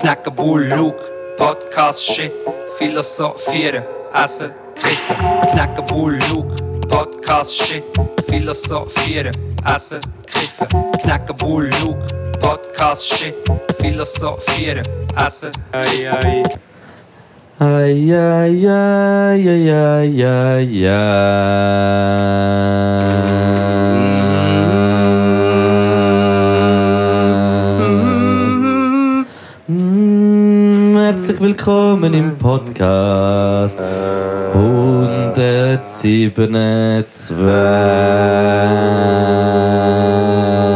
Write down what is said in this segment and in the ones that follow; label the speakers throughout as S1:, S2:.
S1: knacken Bullug, Podcast Shit, philosophieren, essen, kiffen. Knacken Bullug, Podcast Shit, philosophieren, essen, kiffen. Knacken Bullug, Podcast Shit, philosophieren, essen, kiffen.
S2: Mm, Herzlich willkommen im Podcast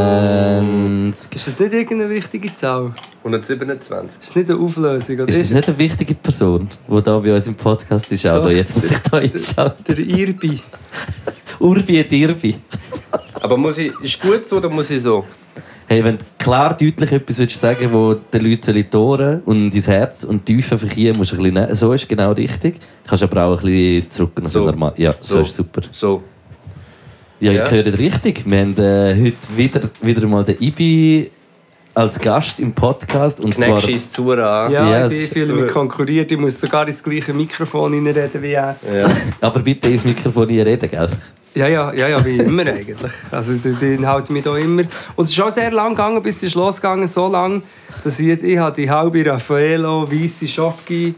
S2: 127.
S3: Ist das nicht irgendeine wichtige Zahl?
S4: 127.
S3: Ist das nicht eine Auflösung? Oder
S2: Ist das nicht eine wichtige Person, die da bei uns im Podcast ist, aber
S3: Doch.
S2: jetzt muss ich da einschauen.
S3: der Irbi?
S2: Urbi et Irbi.
S4: Aber muss ich, ist gut so oder muss ich so?
S2: Hey, wenn du klar deutlich etwas willst sagen wo den Leuten in die Ohren und ins Herz und tief einfach hier musst du ein bisschen nehmen. So ist genau richtig. Kannst aber auch ein bisschen zurück nach
S4: So.
S2: normal. Ja, so,
S4: So.
S2: ist super.
S4: So.
S2: Ja, ihr
S4: Ja.
S2: hört richtig. Wir haben äh, heute wieder, wieder mal den Ibi als Gast im Podcast. Und zwar,
S4: Knackst ist zu an.
S3: Ja,
S2: Ah, Ja,
S3: ich
S2: es-
S3: bin, fühle mich konkurriert. Ich muss sogar ins gleiche Mikrofon reinreden wie er.
S4: Ja.
S2: aber bitte ins Mikrofon nie reden, gell?
S3: Ja, ja, ja, ja, wie immer eigentlich. Also ich bin halt mit auch immer. Und es ist auch sehr lang gegangen, bis es ist losgegangen, so lang, dass ich, jetzt- ich habe die halbe Raffaello, weiße Schocke,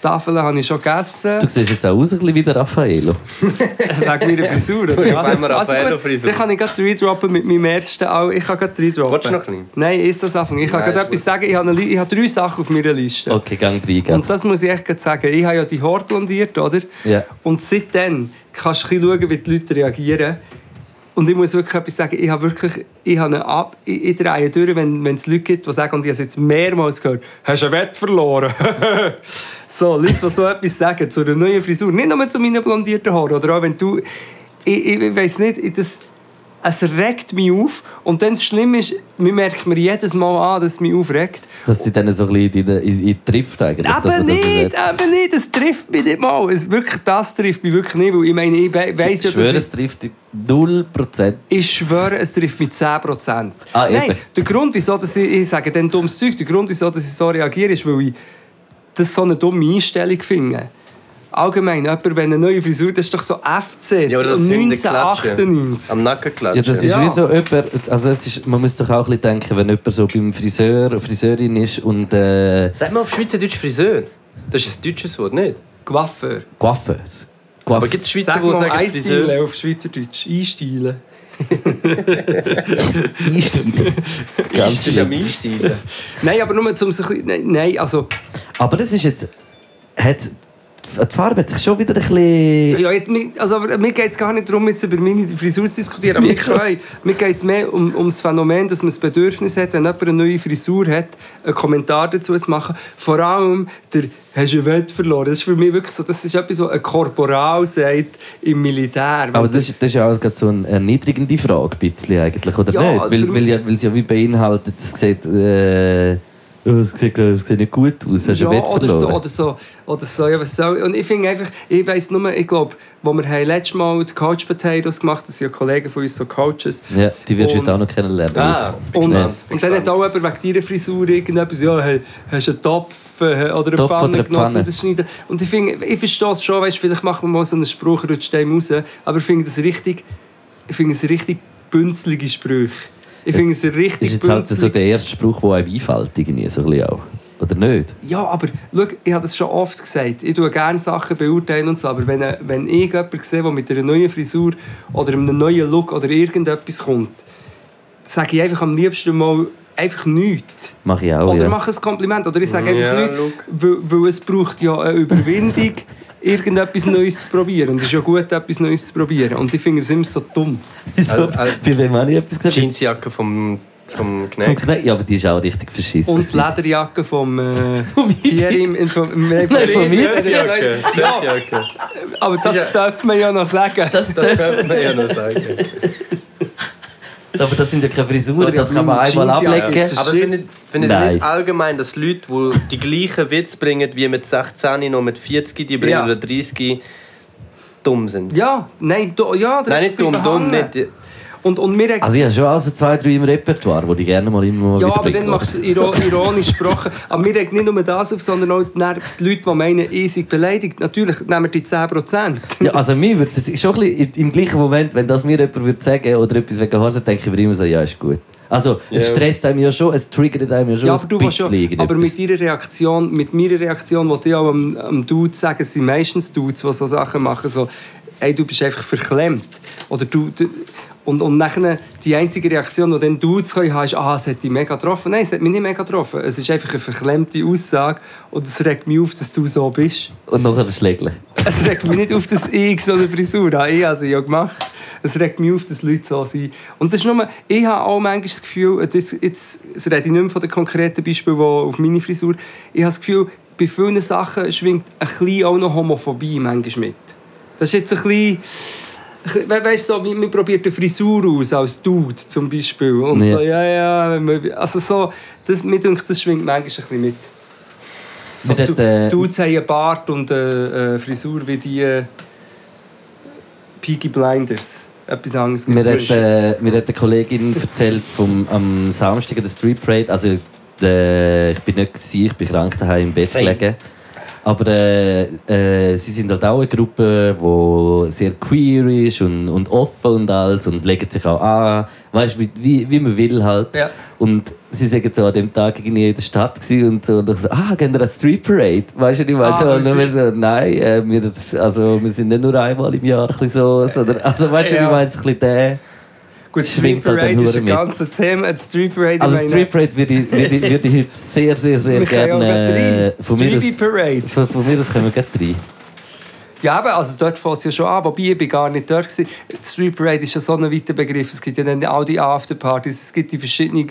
S3: Tafeln habe ich schon gegessen.
S2: Du siehst jetzt auch aus ein bisschen wie der Raffaello.
S3: Wegen meiner Frisur, oder?
S4: Auf einmal
S3: Also
S4: Raffaello
S3: gut,
S4: Frisur.
S3: Dann kann ich gerade reindroppen mit meinem ersten auch. Ich kann gerade reindroppen.
S4: Willst du noch ein bisschen?
S3: Nein, ist das Anfang. Ich kann
S4: Nein,
S3: gerade
S4: gut.
S3: etwas sagen. Ich habe, eine, Li- ich habe drei Sachen auf meiner Liste.
S2: Okay, gang rein, gell?
S3: Und das muss ich echt gerade sagen. Ich habe ja die Haare blondiert, oder?
S2: Ja.
S3: Und seitdem kannst du ein bisschen schauen, wie die Leute reagieren. Und ich muss wirklich etwas sagen. Ich habe wirklich, ich habe eine Ab, ich, ich drehe durch, wenn, wenn es Leute gibt, die sagen, und ich habe es jetzt mehrmals gehört, hast du ein Wett verloren? so, Leute, die so etwas sagen zu einer neuen Frisur. Nicht nur zu meinen blondierten Haaren, oder auch wenn du, ich, ich, ich weiß nicht, ich- das, es regt mich auf. Und dann das Schlimme ist, mir merkt mir jedes Mal an, dass es mich aufregt.
S2: Dass sie dann so ein bisschen in, in, in die trifft eigentlich. dass
S3: Eben
S2: man das so
S3: nicht,
S2: sagt.
S3: eben nicht, es trifft mich nicht mal. Es, wirklich, das trifft mich wirklich nicht, weil ich meine, ich we- weiss ja,
S2: Ich schwöre,
S3: dass
S2: es trifft dich 0%.
S3: ich, ich schwöre, es trifft mich 10%.
S2: Ah, ehrlich?
S3: Nein, der Grund, wieso dass ich, ich sage dann dummes Zeug, der Grund, wieso dass ich so reagiere, ist, weil ich das so eine dumme Einstellung finde. Allgemein, jemand, wenn eine neue Frisur, das ist doch so FC,
S4: Ja, aber das sind die Klatschen.
S3: 1998.
S4: Am Nacken
S2: Ja,
S4: klatschen.
S2: das ist
S3: Ja.
S2: wie so jemand, also es ist, man muss doch auch ein bisschen denken, wenn jemand so beim Friseur, Friseurin ist und äh,
S4: Sag mal auf Schweizerdeutsch Friseur. Das ist ein deutsches Wort, nicht?
S3: Coiffeur.
S2: Coiffeur,
S4: Aber
S2: Coiffeur,
S4: gibt es Schweizer,
S3: Sag
S4: die
S3: mal
S4: sagen
S3: einsteilen
S4: Friseur?
S3: auf Schweizerdeutsch. Einsteilen.
S2: einsteigen. Ganz
S4: Das ist am
S2: schlimm.
S4: Einsteilen.
S3: Nein, aber nur um sich... Nein, nein, also...
S2: Aber das ist jetzt, hat, die Farbe hat sich schon wieder ein bisschen...
S3: Ja, jetzt, mir- also, aber mir geht es gar nicht darum, jetzt über meine Frisur zu diskutieren. Aber mir
S2: Mikro.
S3: können- mir geht es mehr um, um das Phänomen, dass man das Bedürfnis hat, wenn jemand eine neue Frisur hat, einen Kommentar dazu zu machen. Vor allem der «Hast du Wett verloren?» Das ist für mich wirklich so, das ist etwas, was ein Korporal sagt im Militär.
S2: Aber das, ist- das ist ja auch gerade so eine erniedrigende Frage, ein bisschen eigentlich, oder
S3: Ja,
S2: nicht?
S3: für
S2: Weil, weil, ja, weil es ja wie beinhaltet, es sieht, äh, oh, es sieht, es sieht nicht gut aus, hast du
S3: ja,
S2: ein Bett
S3: oder so,
S2: verloren.
S3: oder so, oder so, ja, was soll Und ich finde einfach, ich weiss nur, ich glaube, wo wir haben letztes Mal die Couch Potatoes gemacht haben, das sind ja Kollegen von uns, so Coaches.
S2: Ja, die wirst du
S3: Und-
S2: heute auch noch kennenlernen.
S4: Ah, bin
S3: Und,
S4: gespannt. bin
S3: und dann hat
S4: gespannt.
S3: auch jemand wegen deiner Frisur irgendetwas, ja, hey, hast du einen Topf äh, oder eine
S2: Topf
S3: Pfanne
S2: oder eine
S3: genommen,
S2: Pfanne.
S3: um das zu schneiden. Und ich finde, ich verstehe es schon, weißt, vielleicht machen wir mal so einen Spruch, rutscht dem raus, aber ich finde das richtig, ich finde es richtig bünzlige Sprüche. Ich finde es
S2: Das ist
S3: richtig
S2: jetzt halt so
S3: bünzlig.
S2: der erste Spruch, der einem einfällt, irgendwie, so ein bisschen auch. Oder nicht?
S3: Ja, aber schau, ich habe das schon oft gesagt. Ich tue gerne Sachen beurteilen und so, aber wenn, äh, wenn ich jemanden sehe, der mit einer neuen Frisur oder einem neuen Look oder irgendetwas kommt, sage ich einfach am liebsten mal einfach nichts.
S2: Mache ich auch,
S3: Oder
S2: ja.
S3: mach ein Kompliment. Oder ich sage einfach
S4: Ja,
S3: nicht, weil, weil es braucht ja eine Überwindung, irgendetwas Neues zu probieren. Und es ist ja gut, etwas Neues zu probieren. Und ich finde es immer so dumm.
S2: Wieso?
S4: Al- al-
S2: Bei wem habe ich etwas gesagt?
S4: Jeansjacke vom, vom
S2: Vom
S4: Knecht.
S2: Knecht. Ja, aber die ist auch richtig verschissen.
S3: Und die Lederjacke vom äh,
S2: Ibi.
S3: Thierry im- im- vom, im- vom,
S2: Nein, von mir.
S4: Dörfjacke.
S3: Ja,
S4: Dörfjacke.
S3: aber das
S4: Ja.
S3: darf man ja noch sagen.
S4: Das könnte man ja noch sagen.
S2: aber das sind ja keine Frisuren,
S3: Sorry,
S2: das
S3: aber
S2: kann man
S3: meine
S2: einmal
S3: Jeansjacke
S2: ablegen.
S3: ist das-
S4: Aber findet, findet ihr
S2: Nein.
S4: nicht allgemein, dass Leute, die die gleichen Witze bringen wie mit 16 noch mit 40, die bringen
S3: Ja.
S4: oder 30, dumm sind?
S3: Ja, nein, do, ja, da-
S4: Nein, nicht dumm, dumm,
S3: behangen.
S4: nicht.
S3: Und, und wir
S2: Also ich habe schon also zwei, drei im Repertoire, die ich gerne mal immer mal
S3: ja,
S2: wieder
S3: aber dann
S2: bringe.
S3: machst du es iro- ironisch gesprochen. Aber mir regt nicht nur das auf, sondern auch dann die Leute, die meinen, ich sei beleidigt. Natürlich nehmen wir die 10%.
S2: Ja, also mir würde es schon ein bisschen im im gleichen Moment, wenn das mir jemand würde sagen oder etwas wegen Hose, denke ich mir immer so, ja, ist gut. Also es
S4: Ja.
S2: stresst einem ja schon, es triggert einem ja schon
S3: Ja,
S2: ein
S3: aber du warst
S2: bisschen
S3: schon. Aber
S2: irgendetwas.
S3: mit deiner Reaktion, mit meiner Reaktion, wollte ich auch am, am Dude sagen, es sind meistens Dudes, die so Sachen machen, so, hey, du bist einfach verklemmt. Oder du, du und, und nachher die einzige Reaktion, die dann Dudes können haben, ist, ah, es hat dich mega getroffen. Nein, es hat mich nicht mega getroffen. Es ist einfach eine verklemmte Aussage und es regt mich auf, dass du so bist.
S2: Und nachher schlägeln.
S3: Es regt mich nicht auf, dass ich so eine Frisur habe. Ich habe sie ja gemacht. Es regt mich auf, dass Leute so sind. Und das ist nur, ich habe auch manchmal das Gefühl, und jetzt, jetzt jetzt rede ich nicht mehr von den konkreten Beispielen die auf meine Frisur, ich habe das Gefühl, bei vielen Sachen schwingt ein bisschen auch noch Homophobie manchmal mit. Das ist jetzt ein bisschen... We weißt du, so, man man probiert eine Frisur aus, als Dude zum Beispiel. Und
S2: Ja.
S3: so, ja, ja, wenn man- also so, das, mir denkt, das schwingt manchmal ein bisschen mit. So,
S2: Wir
S3: du,
S2: hatten, äh,
S3: Dudes haben einen Bart und eine äh, Frisur wie die äh, Peaky Blinders. Etwas anderes
S2: Mir
S3: gibt's
S2: hat,
S3: nicht.
S2: äh, mir hat eine Kollegin erzählt vom, am Samstag an der Street Parade, also äh, ich bin nicht gewesen, ich bin krank daheim im Bett
S4: Same.
S2: gelegen, aber äh, äh, sie sind halt auch eine Gruppe, die sehr queer ist und, und offen und alles und legen sich auch an, weißt wie, wie, wie man will halt.
S3: Ja.
S2: Und sie sagen so, an dem Tag irgendwie in der Stadt gewesen und so, und ich so, ah, gehen wir an die Street Parade, weißt du, ich meine,
S3: Ah,
S2: so,
S3: aber
S2: und dann
S3: sie-
S2: wir so, nein, äh, wir, also, wir sind nicht nur einmal im Jahr ein bisschen so, sondern, also weißt du,
S3: Ja.
S2: ich meine, es ist ein bisschen der...
S3: Gut,
S2: schwingt
S3: Street
S2: halt
S3: Parade
S2: dann
S3: ist ein
S2: hure
S3: ganzes Thema. Die Street Parade,
S2: Also
S3: meine-
S2: Street Parade würde ich, würde ich, würde ich heute sehr, sehr, sehr
S3: Wir können auch gleich
S2: gerne...
S3: rein.
S2: äh, von mir
S3: Street Parade.
S2: aus- Von, von mir aus können wir gleich rein.
S3: Ja, eben, also dort fängt es ja schon an, wobei ich bin gar nicht dort war. Die Street Parade ist ja so ein weiter Begriff. Es gibt ja dann all die Afterpartys, es gibt die verschiedenen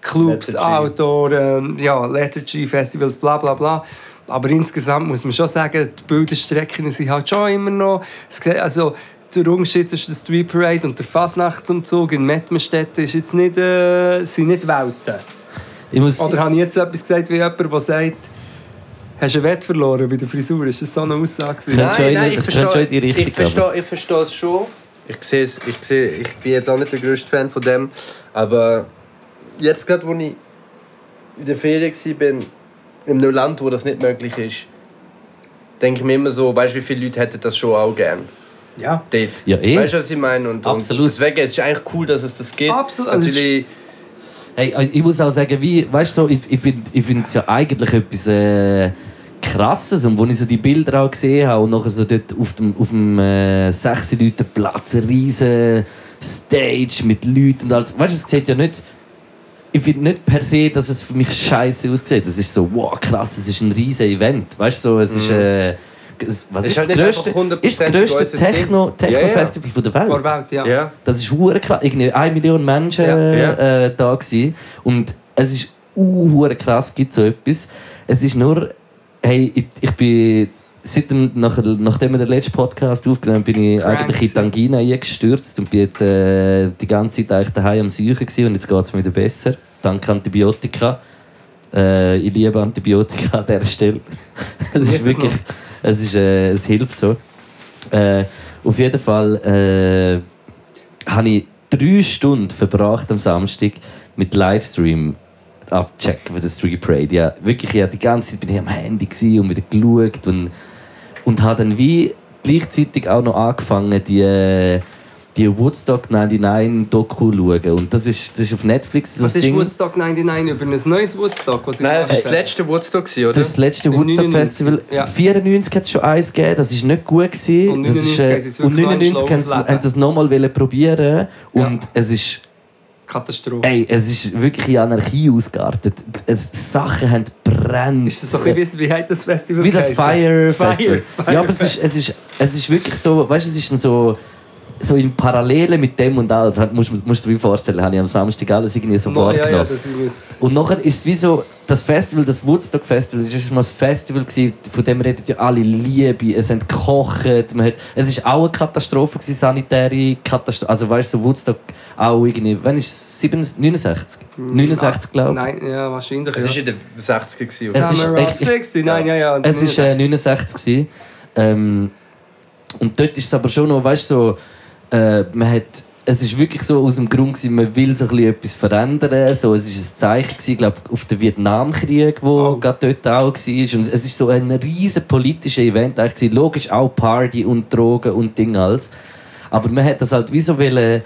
S3: Clubs,
S4: Letter G.
S3: Outdoor, ähm, ja, Letter G, Festivals, bla bla bla. Aber insgesamt muss man schon sagen, die Bilderstrecken sind halt schon immer noch... es sieht- Also, der Unterschied zwischen der Street Parade und der Fasnachtsumzug in Mettmerstedt ist jetzt nicht, äh, sind nicht Welten.
S2: Ich muss,
S3: Oder habe ich jetzt etwas gesagt wie jemand, der sagt, hast du einen Wett verloren bei der Frisur? Ist das so eine Aussage? gewesen?
S2: Nein, nein, ich verstehe- ich verstehe-
S4: Ich verstehe, ich verstehe es schon. Ich sehe es, ich sehe, ich bin jetzt auch nicht der größte Fan von dem, aber jetzt gerade, wo ich in der Ferien war, in einem Land, wo das nicht möglich ist, denke ich mir immer so, weißt du, wie viele Leute hätten das schon auch gern?
S3: Ja.
S4: Dort.
S2: Ja, eh.
S4: Weißt du, was ich meine? Und,
S2: Absolut.
S4: Und deswegen es ist es eigentlich cool, dass es das gibt.
S3: Absolut.
S4: Natürlich,
S2: hey, äh, ich muss auch sagen, wie, weißt du, so, ich, ich finde ich find's ja eigentlich etwas äh, Krasses. Und als ich so die Bilder auch gesehen habe und nachher so dort auf dem, auf dem äh, 6 Leute Platz, eine riesen Stage mit Leuten und alles. Weißt du, es sieht ja nicht... ich finde nicht per se, dass es für mich scheiße aussieht. Es ist so, wow, krass, es ist ein riesen Event. Weißt du, so, es ist. Äh, es- was ist,
S4: Mhm. Es ist halt
S2: das
S4: nicht
S2: grösste,
S4: einfach 100%
S2: ist das grösste
S4: unser Ding.
S2: Techno- Techno-Festival von
S3: Vor
S2: der Welt?
S3: Welt, ja.
S4: ja.
S2: Das ist hure krass. Irgendwie eine Million Menschen
S4: Ja, ja.
S2: Äh, da gewesen. Und es ist hure krass, gibt so etwas. Es ist nur, hey, ich, ich bin seit dem, nach, nachdem wir den letzten Podcast aufgenommen haben, bin ich
S3: Crank
S2: eigentlich in die
S3: gewesen.
S2: Angina eingestürzt und bin jetzt äh, die ganze Zeit eigentlich daheim am Säuchen gewesen und jetzt geht es mir wieder besser. Dank Antibiotika. Äh, ich liebe Antibiotika an dieser Stelle. es
S3: Yes,
S2: ist wirklich, es, ist, äh, es hilft so. Äh, auf jeden Fall äh, habe ich drei Stunden verbracht am Samstag mit Livestream abchecken von der Street Parade. Ja, wirklich, ja, die ganze Zeit bin ich am Handy gewesen und wieder geschaut und, und habe dann wie gleichzeitig auch noch angefangen, die, die Woodstock 99 Doku zu schauen. Und das ist, das ist auf Netflix so
S3: Was
S2: ein
S3: ist
S2: Ding.
S3: Woodstock 99 über ein neues Woodstock? Was ich
S4: Nein, das
S3: gerade
S4: war das
S3: gesagt
S4: letzte Woodstock, gewesen, oder?
S2: Das ist das letzte
S3: Im
S2: Woodstock
S3: 99,
S2: Festival.
S3: ja.
S2: 94 hat es schon eins gegeben, das war nicht gut. Gewesen.
S3: Und
S2: Das
S3: 99 haben
S2: ist,
S3: sie es
S2: äh, und
S3: wirklich noch
S2: 99 haben sie-
S3: aufleben.
S2: haben sie es nochmal probieren
S3: Ja.
S2: und es ist
S3: habe. Katastrophe.
S2: Ey, es ist wirklich in Anarchie ausgeartet. Es, Sachen haben brennt.
S3: Ist das so ein bisschen wie, wie heißt das Festival?
S2: wie das Fire,
S3: geheißen?
S2: Festival.
S3: Fire.
S2: Ja, aber es ist, es, ist, es ist wirklich so, weißt du, es ist dann so, so in Parallele mit dem und all. Das musst, du- musst du dir vorstellen, habe ich am Samstag alles irgendwie so
S3: No, ja,
S2: vorgenommen.
S3: ja, das ist ein-
S2: Und nachher ist es wie so, das Festival, das Woodstock Festival, das ist mal das Festival, gewesen, von dem reden ja alle Liebe, es haben gekocht, man hat, es ist auch eine Katastrophe, gewesen, sanitäre Katastrophe, also weißt du, so Woodstock auch irgendwie, wann ist es, 67? 69? 69 glaube ich.
S3: Hm, Nein, ja, wahrscheinlich.
S4: Es war
S3: ja.
S4: in den 60er. Gewesen,
S2: Es ist
S3: Summer of
S2: echt-
S3: 60, nein, ja, ja.
S2: Es ist äh, 69 gewesen. ähm, und dort ist es aber schon noch, weißt du, so, äh, man hat es ist wirklich so aus dem Grund, gewesen, man will so ein bisschen etwas verändern. So, es war ein Zeichen, gewesen, glaub, auf den Vietnamkrieg, wo
S3: Oh.
S2: gerade dort auch war. Und es ist so ein riesen politisches Event. Eigentlich gewesen. Logisch auch Party und Drogen und Ding alles. Aber man hat das halt wie so wollen,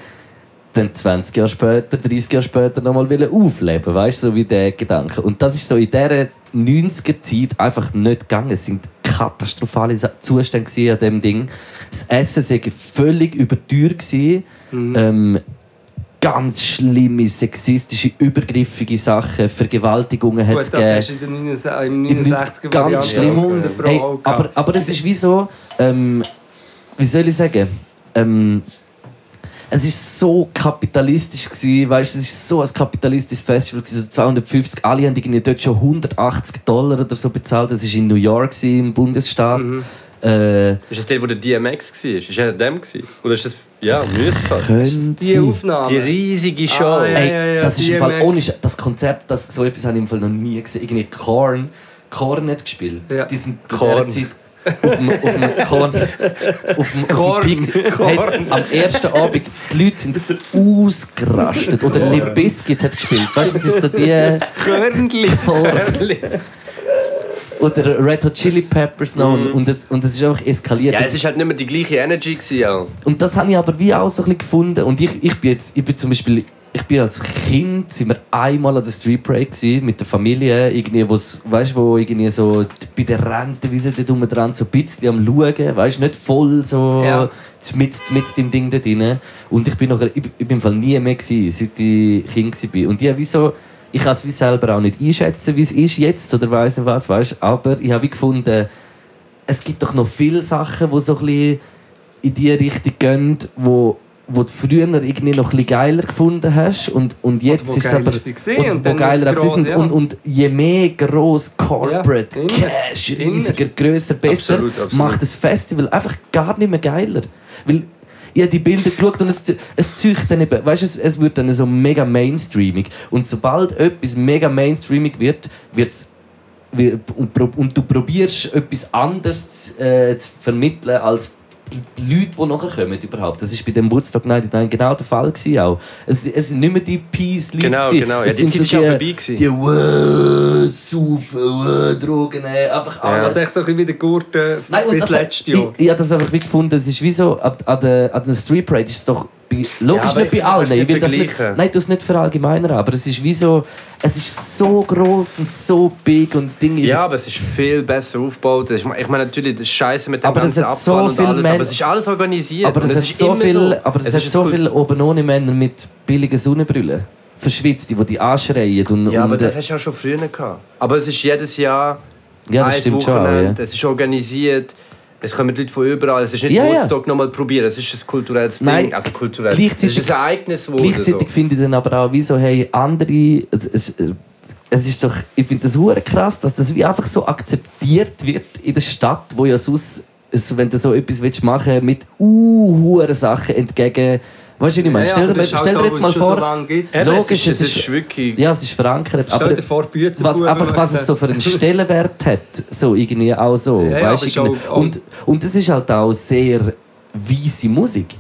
S2: dann 20 Jahre später, 30 Jahre später nochmal wollen aufleben, weißt du, so wie der Gedanke. Und das ist so in dieser 90er Zeit einfach nicht gegangen. Es sind katastrophale Sa- Zustände gewesen an dem Ding. Das Essen war völlig überteuert. gewesen.
S3: Mhm.
S2: Ähm, ganz schlimme, sexistische, übergriffige Sachen, Vergewaltigungen hat
S3: Gut,
S2: es
S3: das
S2: gegeben.
S3: hast du in den 69, im
S2: In den
S3: 69er
S2: ganz schlimm.
S3: 100 Pro
S2: Hey,
S3: auch gehabt.
S2: aber, aber es ist wie so, ähm, wie soll ich sagen, ähm, es ist so kapitalistisch gewesen, weißt, es ist so ein kapitalistisches Festival gewesen, so 250, alle haben irgendwie dort schon 180 Dollar oder so bezahlt, das ist in New York gewesen, im Bundesstaat. Äh,
S4: Ist das der, wo der DMX war? Ist er dem? gewesen? Oder ist das. Ja, Müsli.
S2: können
S3: die
S2: Sie-
S3: Aufnahme.
S4: Die riesige Show.
S3: Ah, ja.
S2: Ey, das ist im Fall
S3: DMX.
S2: ohne Sch- das Konzept, das so etwas habe ich im Fall noch nie gesehen. Irgendwie Korn, Korn nicht gespielt.
S3: Ja.
S2: Die sind zu
S4: Korn.
S2: dieser Zeit auf dem, auf dem Korn, auf dem,
S3: Korn.
S2: auf dem Pix. Hey, am ersten Abend die Leute sind ausgerastet oder Limp Bizkit hat gespielt. Weißt du, das ist so die
S3: Körnli.
S2: Korn. oder Red Hot Chili Peppers noch und- und es und es ist einfach eskaliert.
S4: Mhm. Ja,
S2: Und
S4: es war halt nicht mehr die gleiche Energy. Gewesen, auch.
S2: und das habe ich aber wie auch so ein bisschen gefunden. Und ich, ich bin jetzt, ich bin zum Beispiel, ich bin als Kind, sind wir einmal an der Street Break gewesen, mit der Familie, irgendwie, wo's, weißt, wo irgendwie so d- bei der Rente, wie sie dort unten dran so ein bisschen am Schauen, weißt, nicht voll so
S3: Ja.
S2: mit, mit dem Ding da drin. Und ich bin noch, ich, bin- ich bin im Fall nie mehr gewesen, seit ich Kind war. Und ich habe wie so, ich kann es wie selber auch nicht einschätzen, wie es ist jetzt oder weiss nicht was, weißt, aber ich habe wie gefunden, es gibt doch noch viele Sachen, die so ein bisschen in die Richtung gehen, wo, wo du früher irgendwie noch ein bisschen geiler gefunden hast und, und jetzt
S3: wo
S2: ist es
S3: geiler
S2: aber
S3: sie gewesen und
S2: und, wo
S3: dann
S2: geiler
S3: wird's
S2: gross,
S3: gross, ja.
S2: und, und je mehr gross Corporate,
S3: Ja, immer.
S2: Cash,
S3: Immer.
S2: riesiger, grösser, besser,
S4: Absolut, absolut.
S2: macht das Festival einfach gar nicht mehr geiler. Weil ich habe die Bilder geschaut und es, zü- es zücht dann eben, weißt, es, es wird dann so mega mainstreamig und sobald etwas mega mainstreamig wird, wird es wie- und, pro- und du probierst etwas anderes äh, zu vermitteln als die Leute, die nachher kommen überhaupt. Das war bei dem Woodstock 99 genau der Fall. Gewesen auch. Es, es sind nicht mehr die Peace-Leute.
S4: Genau,
S2: gewesen.
S4: genau. Ja,
S2: Es
S4: die
S2: sind
S4: Zeit
S2: so
S4: war auch vorbei. Gewesen.
S2: Die «Wow, Saufen, wow, Drogen, äh, einfach alles.
S3: Das ist echt so ein bisschen wie der Gurte bis
S2: hat-
S3: letztes Jahr.
S2: Ich, ich habe das einfach wie gefunden, es ist wie so, an, an, der, an der Street Parade ist es doch bei, logisch
S4: aber
S2: nicht
S4: ich
S2: bei
S4: finde,
S2: allen.
S4: du kannst
S2: Ich will
S4: nicht
S2: das nicht,
S4: vergleichen.
S2: nein, du es nicht verallgemeinern, aber es ist wie so, es ist so groß und so big und Dinge.
S4: Ja, aber es ist viel besser aufgebaut. Ich meine, ich meine natürlich, das Scheiße mit dem
S2: Aber es
S4: ganzen
S2: hat
S4: Abfall
S2: so
S4: und
S2: viel
S4: alles.
S2: Men-
S4: Aber es ist alles organisiert.
S2: Aber es,
S4: und es
S2: hat
S4: ist
S2: so
S4: immer
S2: viel,
S4: so.
S2: aber es,
S4: Es
S2: hat
S4: ist
S2: so
S4: cool.
S2: viel oben ohne Männer mit billigen Sonnenbrillen. Verschwitzte, die die anschreien. Und,
S4: Ja, aber
S2: und, äh,
S4: das hast du auch schon früher gehabt. Aber es ist jedes Jahr
S2: ja, das
S4: ein
S2: stimmt schon. auch, Ja.
S4: Wochenende, es ist organisiert, es kommen Leute von überall. Es ist nicht
S2: Ja, ja.
S4: Woodstock nochmal probieren, es ist ein kulturelles
S2: Nein,
S4: Ding. Also kulturell.
S2: gleichzeitig-
S4: es ist ein Ereignis geworden.
S5: also.
S2: Gleichzeitig finde ich dann aber auch, wieso hey, andere. Es, es, es ist doch, ich finde das hure krass, dass das wie einfach so akzeptiert wird in der Stadt, wo ja sonst, also wenn du so etwas willst machen willst, mit uh, huere Sachen entgegen. Weißt du, was ich meine?
S3: Ja,
S2: stell
S3: aber
S2: dir,
S3: das ist
S2: stell
S3: halt
S2: dir
S3: auch,
S2: jetzt mal
S3: was es schon
S2: vor,
S3: so lange gibt.
S4: so. Eben,
S2: logisch,
S4: es ist,
S2: es
S4: es ist wirklich.
S2: ja, es ist verankert.
S3: Stell
S2: aber-
S3: dir vor, Büzen.
S2: was, einfach was es so für einen Stellenwert hat, so irgendwie auch so.
S3: Ja, ja,
S2: weißt,
S3: aber ist
S2: irgendwie.
S3: auch- auch-
S2: und, und es ist halt auch sehr weisse Musik.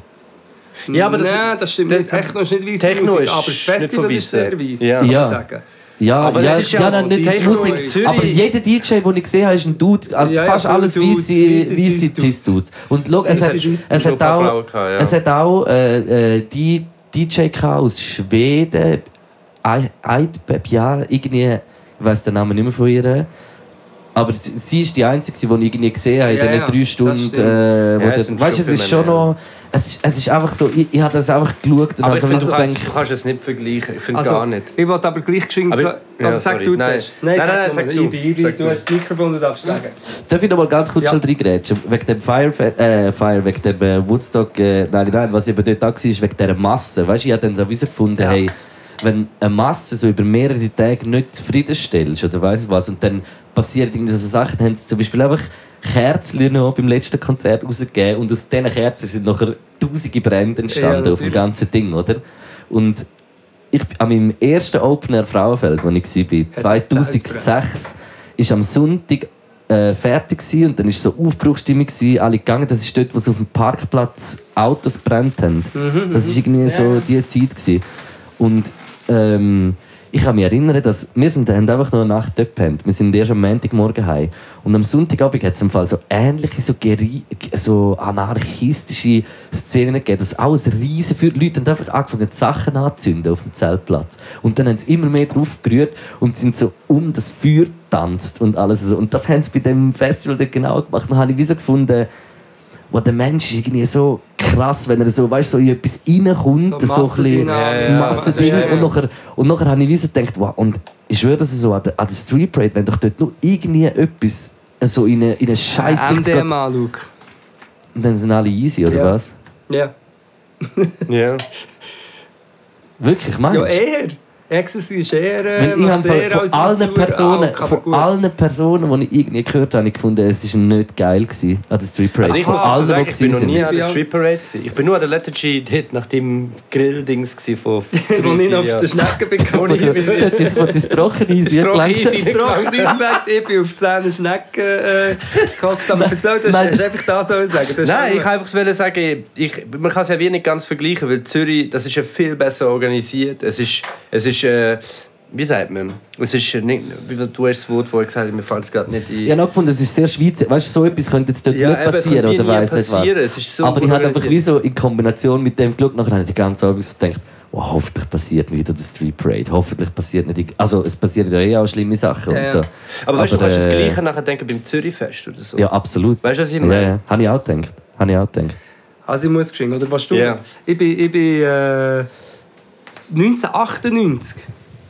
S4: Ja, aber das-
S3: Nein, das stimmt
S4: das-
S3: nicht. Techno ist nicht weiss
S4: Techno
S3: Musik,
S4: ist
S3: aber das
S4: nicht von
S3: Festival ist
S4: Weissen.
S3: sehr weiss,
S4: Ja.
S3: kann man
S2: Ja.
S3: sagen.
S2: Ja,
S4: Aber
S2: ja,
S4: das ist ja auch
S2: nein, nicht
S4: die
S2: die Musik.
S4: Techno in Zürich.
S2: Aber jeder DJ, den ich gesehen habe, ist ein Dude, also
S3: Ja, ja,
S2: fast
S3: voll
S2: alles
S3: Dudes, weisse
S2: weisse weisse
S3: Cis-Dudes.
S2: Cis-Dudes. Und schau, es hat,
S3: Cis-Dudes.
S2: es
S4: Schon
S2: hat
S4: von
S2: auch,
S4: Frauen gehabt, ja.
S2: es hat auch äh, äh, die DJ gehabt aus Schweden, Eid- Eidbeb, ja, irgendwie, ich weiß den Namen nicht mehr von ihr. Aber sie- sie ist die Einzige, die ich irgendwie gesehen habe in
S3: Ja,
S2: diesen
S3: ja,
S2: drei
S3: das
S2: Stunden.
S3: stimmt.
S2: Äh, wo
S4: Ja, es
S2: dort-
S4: sind
S2: weißt du,
S4: schon
S2: es ist
S4: viel
S2: schon
S4: mehr,
S2: noch. Es ist, es ist einfach so, ich, ich habe das einfach geschaut und
S4: aber
S2: also
S4: ich finde,
S2: so
S4: du, kannst, du
S2: gedacht,
S4: kannst es nicht vergleichen. Ich finde
S3: Also,
S4: gar nicht.
S3: Ich wollte aber gleich geschwind...
S4: Aber-
S3: zwei-
S4: Ah, ja,
S3: also sag
S4: sorry.
S3: du
S4: Nein.
S3: zuerst.
S4: Nein, nein,
S3: du
S4: sag
S3: mal.
S4: du.
S3: Ich bin Iri,
S4: Sag
S3: du
S4: du.
S3: hast das Mikrofon, du darfst sagen.
S2: Darf ich noch mal ganz kurz
S3: Ja.
S2: ja. reingrätschen? Wegen dem Fire, äh, Fire wegen dem äh, Woodstock, äh, nein, nein, was eben dort auch war, ist wegen dieser Masse. Weißt du, ich habe dann sowieso gefunden, hey, wenn eine Masse so über mehrere Tage nicht zufriedenstellst oder weiss ich was, und dann passiert irgendwie so Sachen, dann haben sie zum Beispiel einfach Kerzen noch beim letzten Konzert rausgegeben und aus diesen Kerzen sind nachher tausende Brände entstanden
S3: Ja,
S2: auf dem
S3: natürlich.
S2: ganzen Ding, oder? Und ich bin an meinem ersten Open Air Frauenfeld, wo ich war,
S3: Hat es gezeigt,
S2: 2006, ist am Sonntag äh, fertig gewesen und dann war so Aufbruchstimmung, gewesen, alle gegangen. Das ist dort, wo sie auf dem Parkplatz Autos brennt haben. Das war irgendwie so die Zeit. Gewesen. Und ähm, ich kann mich erinnern, dass wir sind, haben einfach noch eine Nacht dort gepennt. Wir sind erst am Montagmorgen heim. Und am Sonntagabend hat es im Fall so ähnliche, so, geri- so anarchistische Szenen gegeben. Das auch ein riesen für Leute haben einfach angefangen, die Sachen anzünden auf dem Zeltplatz. Und dann haben sie immer mehr drauf gerührt und sind so um das Feuer getanzt und alles. so. Und das haben sie bei dem Festival dort genau gemacht. Und dann habe ich wie so gefunden, wo der Mensch ist irgendwie so krass, wenn er so, weißt, so in etwas reinkommt,
S3: So
S2: so, so ein bisschen
S3: Massendynamik.
S2: das
S4: Ja, ja,
S2: Massending.
S4: ja, ja.
S2: Und nachher, und nachher habe ich wie so gedacht, wow, und ich schwöre, dass ich so an der, an der Street Parade, wenn doch dort nur irgendwie etwas so in eine, in eine Scheiße
S3: MDMA, Luke.
S2: und dann sind alle easy, oder
S4: Ja.
S2: was?
S3: Ja.
S4: Ja.
S2: Wirklich, meinst
S3: Ja,
S2: du?
S4: eh,
S3: eher. Ecstasy ist eher. äh,
S2: Wenn ich
S3: macht
S2: habe von,
S3: eher als
S2: von, allen
S3: Natur
S2: Personen,
S3: Alk, aber
S2: von
S3: gut.
S2: allen Personen, die ich irgendwie gehört habe, habe ich gefunden, es war nicht geil gewesen, an der Street Parade.
S4: Also ich
S2: Von
S4: muss dazu sagen,
S2: die
S4: ich bin noch
S2: gewesen
S4: nie
S2: sind.
S4: an der Street Parade. Gewesen. Ich bin nur an der letzten G-Hit nach dem Grill-Dings gewesen von
S3: Wo ich noch auf
S4: vier
S3: der Schnecke bin.
S4: Ohne
S3: gekommen.
S4: Himmel.
S2: Das ist, was das trocken easy
S4: Das trocken
S2: gelangt.
S4: easy.
S3: Ich bin auf 10 Schnecken äh, gehockt. Aber erzähl, du hast,
S2: Nein.
S3: hast einfach das sollen sagen. Du hast
S4: Nein, ich
S3: nur-
S4: wollte einfach sagen, ich, man kann es ja wie nicht ganz vergleichen, weil Zürich, das ist ja viel besser organisiert. Es ist, es ist äh, wie sagt man, es ist nicht, wie du hast das Wort vorher gesagt, hast, mir fällt es gerade nicht ein.
S2: Ich habe auch gefunden, es ist sehr Schweizer. Weißt du, so etwas könnte jetzt dort
S4: Ja,
S2: nicht
S4: eben, es
S2: passieren
S4: könnte
S2: oder
S4: nie
S2: weiss nicht was.
S4: passieren. Es ist so
S2: Aber ich
S4: gut
S2: habe einfach wie
S4: organisiert.
S2: so in Kombination mit dem Glück nachher habe ich die ganze Abend so gedacht, wow, hoffentlich passiert nicht wieder die Street Parade. Hoffentlich passiert nicht. die- Also es passieren ja eh auch schlimme Sachen
S3: Ja,
S2: und
S3: ja.
S2: so.
S4: aber weißt du, du kannst das
S2: äh,
S4: Gleiche nachher denken beim Zürichfest oder so.
S2: Ja, absolut.
S4: Weißt du, was ich
S2: Ja,
S4: meine?
S2: ja. Habe ich auch gedacht. Habe ich auch gedacht.
S3: Also ich muss geschwind, oder was du?
S4: Ja.
S3: Ich bin, ich bin äh, 1998.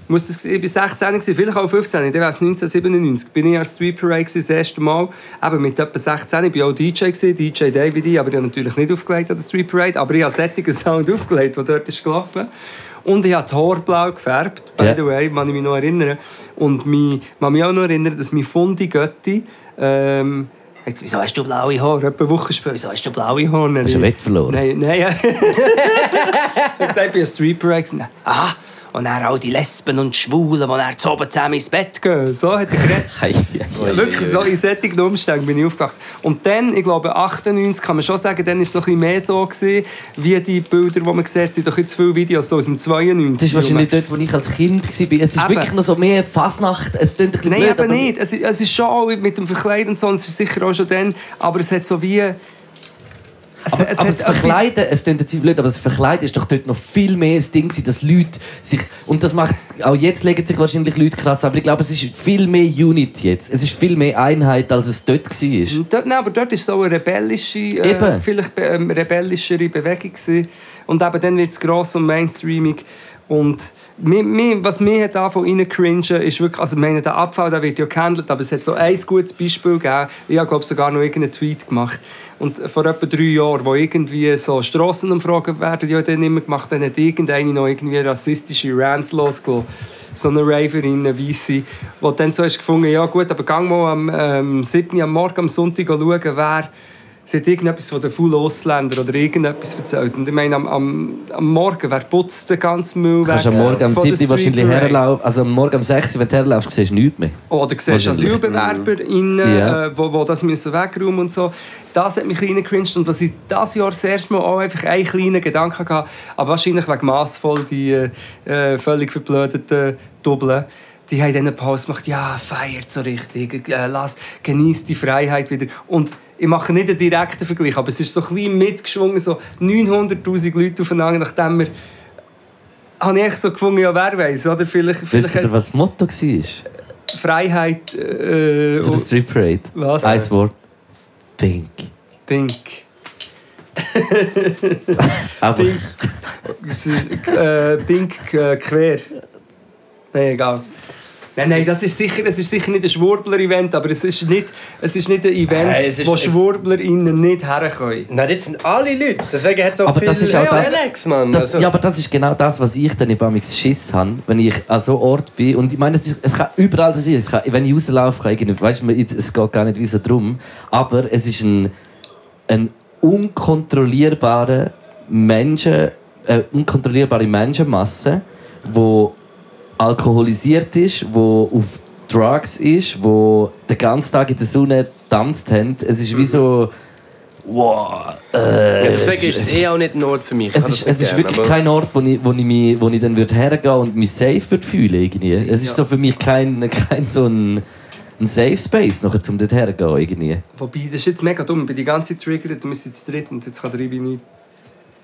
S3: Muss das, gewesen- ich war 16, gewesen, vielleicht auch 15, dann war es 1997. Bin ich als Street Parade gewesen, das erste Mal, eben mit etwa 16. Ich war auch DJ, gewesen, DJ David, aber ich habe natürlich nicht aufgelegt an der Street Parade, aber ich habe sättigen Sound aufgelegt, der dort ist gelaufen Und ich habe die Haare blau gefärbt, by
S2: Ja.
S3: the way, kann ich mich noch erinnern. Und mich, kann mich auch noch erinnern, dass mein Fundi Götti ähm, hat gesagt, «Wieso hast du blaue Haare?» Etwa eine Woche später, «Wieso hast du blaue Haare?» Dann
S2: Hast du einen
S3: ich-
S2: Wett verloren?
S3: Nein, nein. Ja. Er hat gesagt, ich bin ein Streetbreak. Aha. Und dann all die Lesben und Schwulen, die dann zu oben zusammen ins Bett gehen. So hat er geredet.
S2: Hei, hei, hei.
S3: Wirklich, so in solchen Umständen bin ich aufgewachsen. Und dann, ich glaube, 98 kann man schon sagen, dann war es noch ein bisschen mehr so, gewesen, wie die Bilder, die man sieht, sind doch jetzt viele Videos so aus dem 92.
S2: Es ist wahrscheinlich dort, wo ich als Kind war. Es ist
S3: Eben.
S2: wirklich noch so mehr Fasnacht. Es klingt ein bisschen
S3: Nein,
S2: blöd,
S3: eben
S2: aber-
S3: nicht. Es, ist- es ist schon auch mit dem Verkleid und so, und es ist sicher auch schon dann, aber es hat so wie... Es,
S2: Aber, aber das
S3: etwas-
S2: Verkleiden, es klingt jetzt blöd, aber das Verkleiden ist doch dort noch viel mehr das Ding, gewesen, dass Leute sich, und das macht, auch jetzt legen sich wahrscheinlich Leute krass, aber ich glaube, es ist viel mehr Unit jetzt. Es ist viel mehr Einheit, als es dort war.
S3: Dort, nein, aber dort war so eine rebellische, äh,
S2: Eben.
S3: vielleicht be ähm, rebellischere Bewegung. Gewesen. Und eben dann wird es gross und mainstreamig. Und mi- mi- was mir hat davon reingecringen ist wirklich, also ich meine, der Abfall der wird ja gehandelt, aber es hat so ein gutes Beispiel gegeben. Ich habe glaube sogar noch irgendeinen Tweet gemacht. Und vor etwa drei Jahren, wo irgendwie so Strassenumfragen werden ja dann immer gemacht, dann hat irgendeine noch irgendwie rassistische Rants losgelassen. So eine Raverin, eine Weisse, wo dann so ist gefunden, ja gut, aber gang mal am ähm, 7. am Morgen, am Sonntag schauen, wer Sie hat irgendetwas von den Full Ausländer oder irgendetwas erzählt. Und ich meine, am, am, am Morgen, wer putzt den ganzen Müll
S2: Du kannst am
S3: weg
S2: Morgen am
S3: äh, von der
S2: 7. wahrscheinlich
S3: Street Parade?
S2: herlaufen, also am Morgen am 6. wenn du herlaufst, siehst du nichts mehr.
S3: Oder siehst du
S2: Wahrscheinlich.
S3: Asylbewerber, in,
S2: Ja.
S3: äh, wo, wo das müssen wegräumen und so. Das hat mich ein bisschen cringed. Und was ich dieses Jahr das erste Mal auch einfach einen kleinen Gedanken hatte, aber wahrscheinlich wegen massvoll die äh, völlig verblödeten Doppeln, die haben dann eine Pause gemacht, ja, feiert so richtig, äh, lass, genießt die Freiheit wieder. Und ich mache nicht einen direkten Vergleich, aber es ist so ein bisschen mitgeschwungen, so 900'000 Leute aufeinander, nachdem wir... Habe ich echt so gefunden, ja, wer weiß, oder? Vielleicht, vielleicht
S2: Wisst
S3: hat
S2: ihr, was das Motto war?
S3: Freiheit äh,
S2: Für die
S3: und
S2: Street Parade.
S3: Was?
S2: Ein Wort. Think.
S3: Think.
S2: Aber
S3: Think. Es ist, äh, think äh, quer. Nein, egal. Nein, nein, das ist sicher, es ist sicher nicht ein Schwurbler-Event, aber es ist nicht, es ist nicht ein Event,
S4: Nein, es ist-
S3: wo
S4: es-
S3: SchwurblerInnen nicht herkommen.
S4: Nein, jetzt sind alle Leute. Deswegen hat es auch
S2: Aber
S4: viel
S2: das ist auch
S4: Ja,
S2: das-
S4: Relax, Mann.
S2: Das,
S4: Also-
S2: Ja, aber das ist genau das, was ich dann eben amigs Schiss habe, wenn ich an so Ort bin. Und ich meine, es, ist, es kann überall so sein. Es kann, wenn ich rauslaufe, kann ich nicht, weißt, es geht gar nicht wieso drum. Aber es ist ein, ein unkontrollierbare Menschen, äh, unkontrollierbare Menschenmasse, wo alkoholisiert ist, wo auf Drugs ist, wo den ganzen Tag in der Sonne tanzt haben. Es ist wie so. Wow. Äh,
S4: Mhm. Ja, deswegen ist es eh auch nicht ein Ort für mich. Ich
S2: es
S4: kann das
S2: ist,
S4: nicht
S2: es ist
S4: gern,
S2: wirklich
S4: aber-
S2: kein Ort, wo ich, wo ich, mich, wo ich dann würde hergehen und mich safe würde fühlen irgendwie. Es ist
S3: Ja.
S2: so für mich kein, kein so ein, ein Safe Space nachher zum dort hergehen irgendwie.
S3: Wobei, das ist jetzt mega dumm. Ich bin die ganze Zeit triggert und wir sind zu dritt und jetzt kann der Ibi nicht.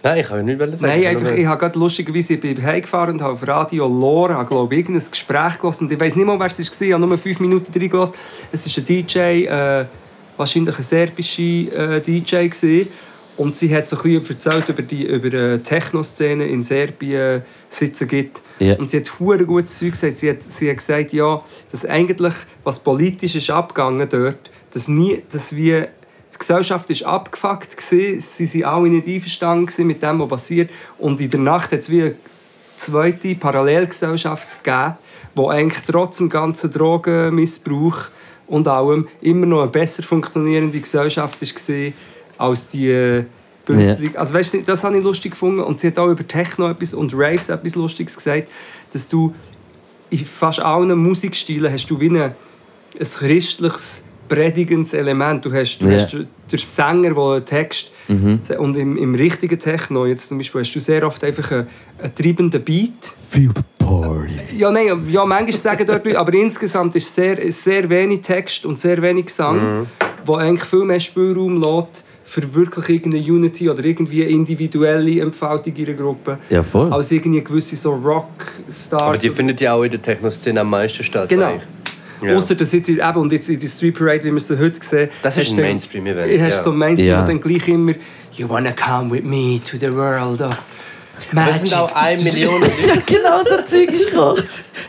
S4: Nein, ich kann ja nicht sagen.
S3: Nein, einfach, ich habe gerade lustigerweise, ich bin heimgefahren und habe auf Radio Lore, habe, glaube ich, irgendein Gespräch gelassen. Und ich weiß nicht mal, wer es war. Ich habe nur fünf Minuten drin gelassen. Es ist ein DJ, äh, wahrscheinlich ein serbischer äh, DJ. Gewesen. Und sie hat so ein bisschen erzählt über die über äh, Techno-Szene in Serbien sitzen gibt.
S2: Ja.
S3: Und sie hat hure gutes Zeug gesagt. Sie hat, sie hat gesagt, ja, dass eigentlich, was politisch ist abgegangen dort, dass nie, dass wir, die Gesellschaft ist abgefuckt gewesen, sie sind alle nicht einverstanden gewesen mit dem, was passiert. Und in der Nacht hat es wie eine zweite Parallelgesellschaft gegeben, wo eigentlich trotz dem ganzen Drogenmissbrauch und allem immer noch eine besser funktionierende Gesellschaft war als die äh, Bünzli Musik. Also weißt du, das habe ich lustig gefunden und sie hat auch über Techno etwas und Raves etwas Lustiges gesagt, dass du in fast allen Musikstilen hast du wie eine, ein christliches predigendes Element. Du hast, du
S2: Ja.
S3: hast der Sänger, der einen Text und im, im richtigen Techno jetzt zum Beispiel hast du sehr oft einfach einen, einen treibenden Beat.
S2: Feel the party.
S3: Ja, nein, ja, manchmal sagen dort Leute, aber insgesamt ist sehr, ist sehr wenig Text und sehr wenig Gesang,
S4: Mhm.
S3: wo eigentlich viel mehr Spielraum lässt für wirklich irgendeine Unity oder irgendwie individuelle Entfaltung in einer Gruppe,
S2: Ja, voll.
S3: als irgendwie gewisse so
S4: Aber
S3: Rock-Stars.
S4: die findet ja auch in der Techno-Szene am meisten statt.
S3: Genau.
S4: eigentlich. Ja.
S3: Außer dass jetzt in, eben, und jetzt in der Street Parade, wie wir sie heute sehen,
S4: Das ist
S3: hast
S4: ein
S3: du-
S4: Mainstream-Event,
S3: Hast
S4: ja.
S3: so Mainstream,
S2: Ja.
S3: wo dann gleich immer You wanna come with me to the world of Magic.
S4: Das sind auch 1 Million Leute.
S2: genau so Zeug ist gekommen.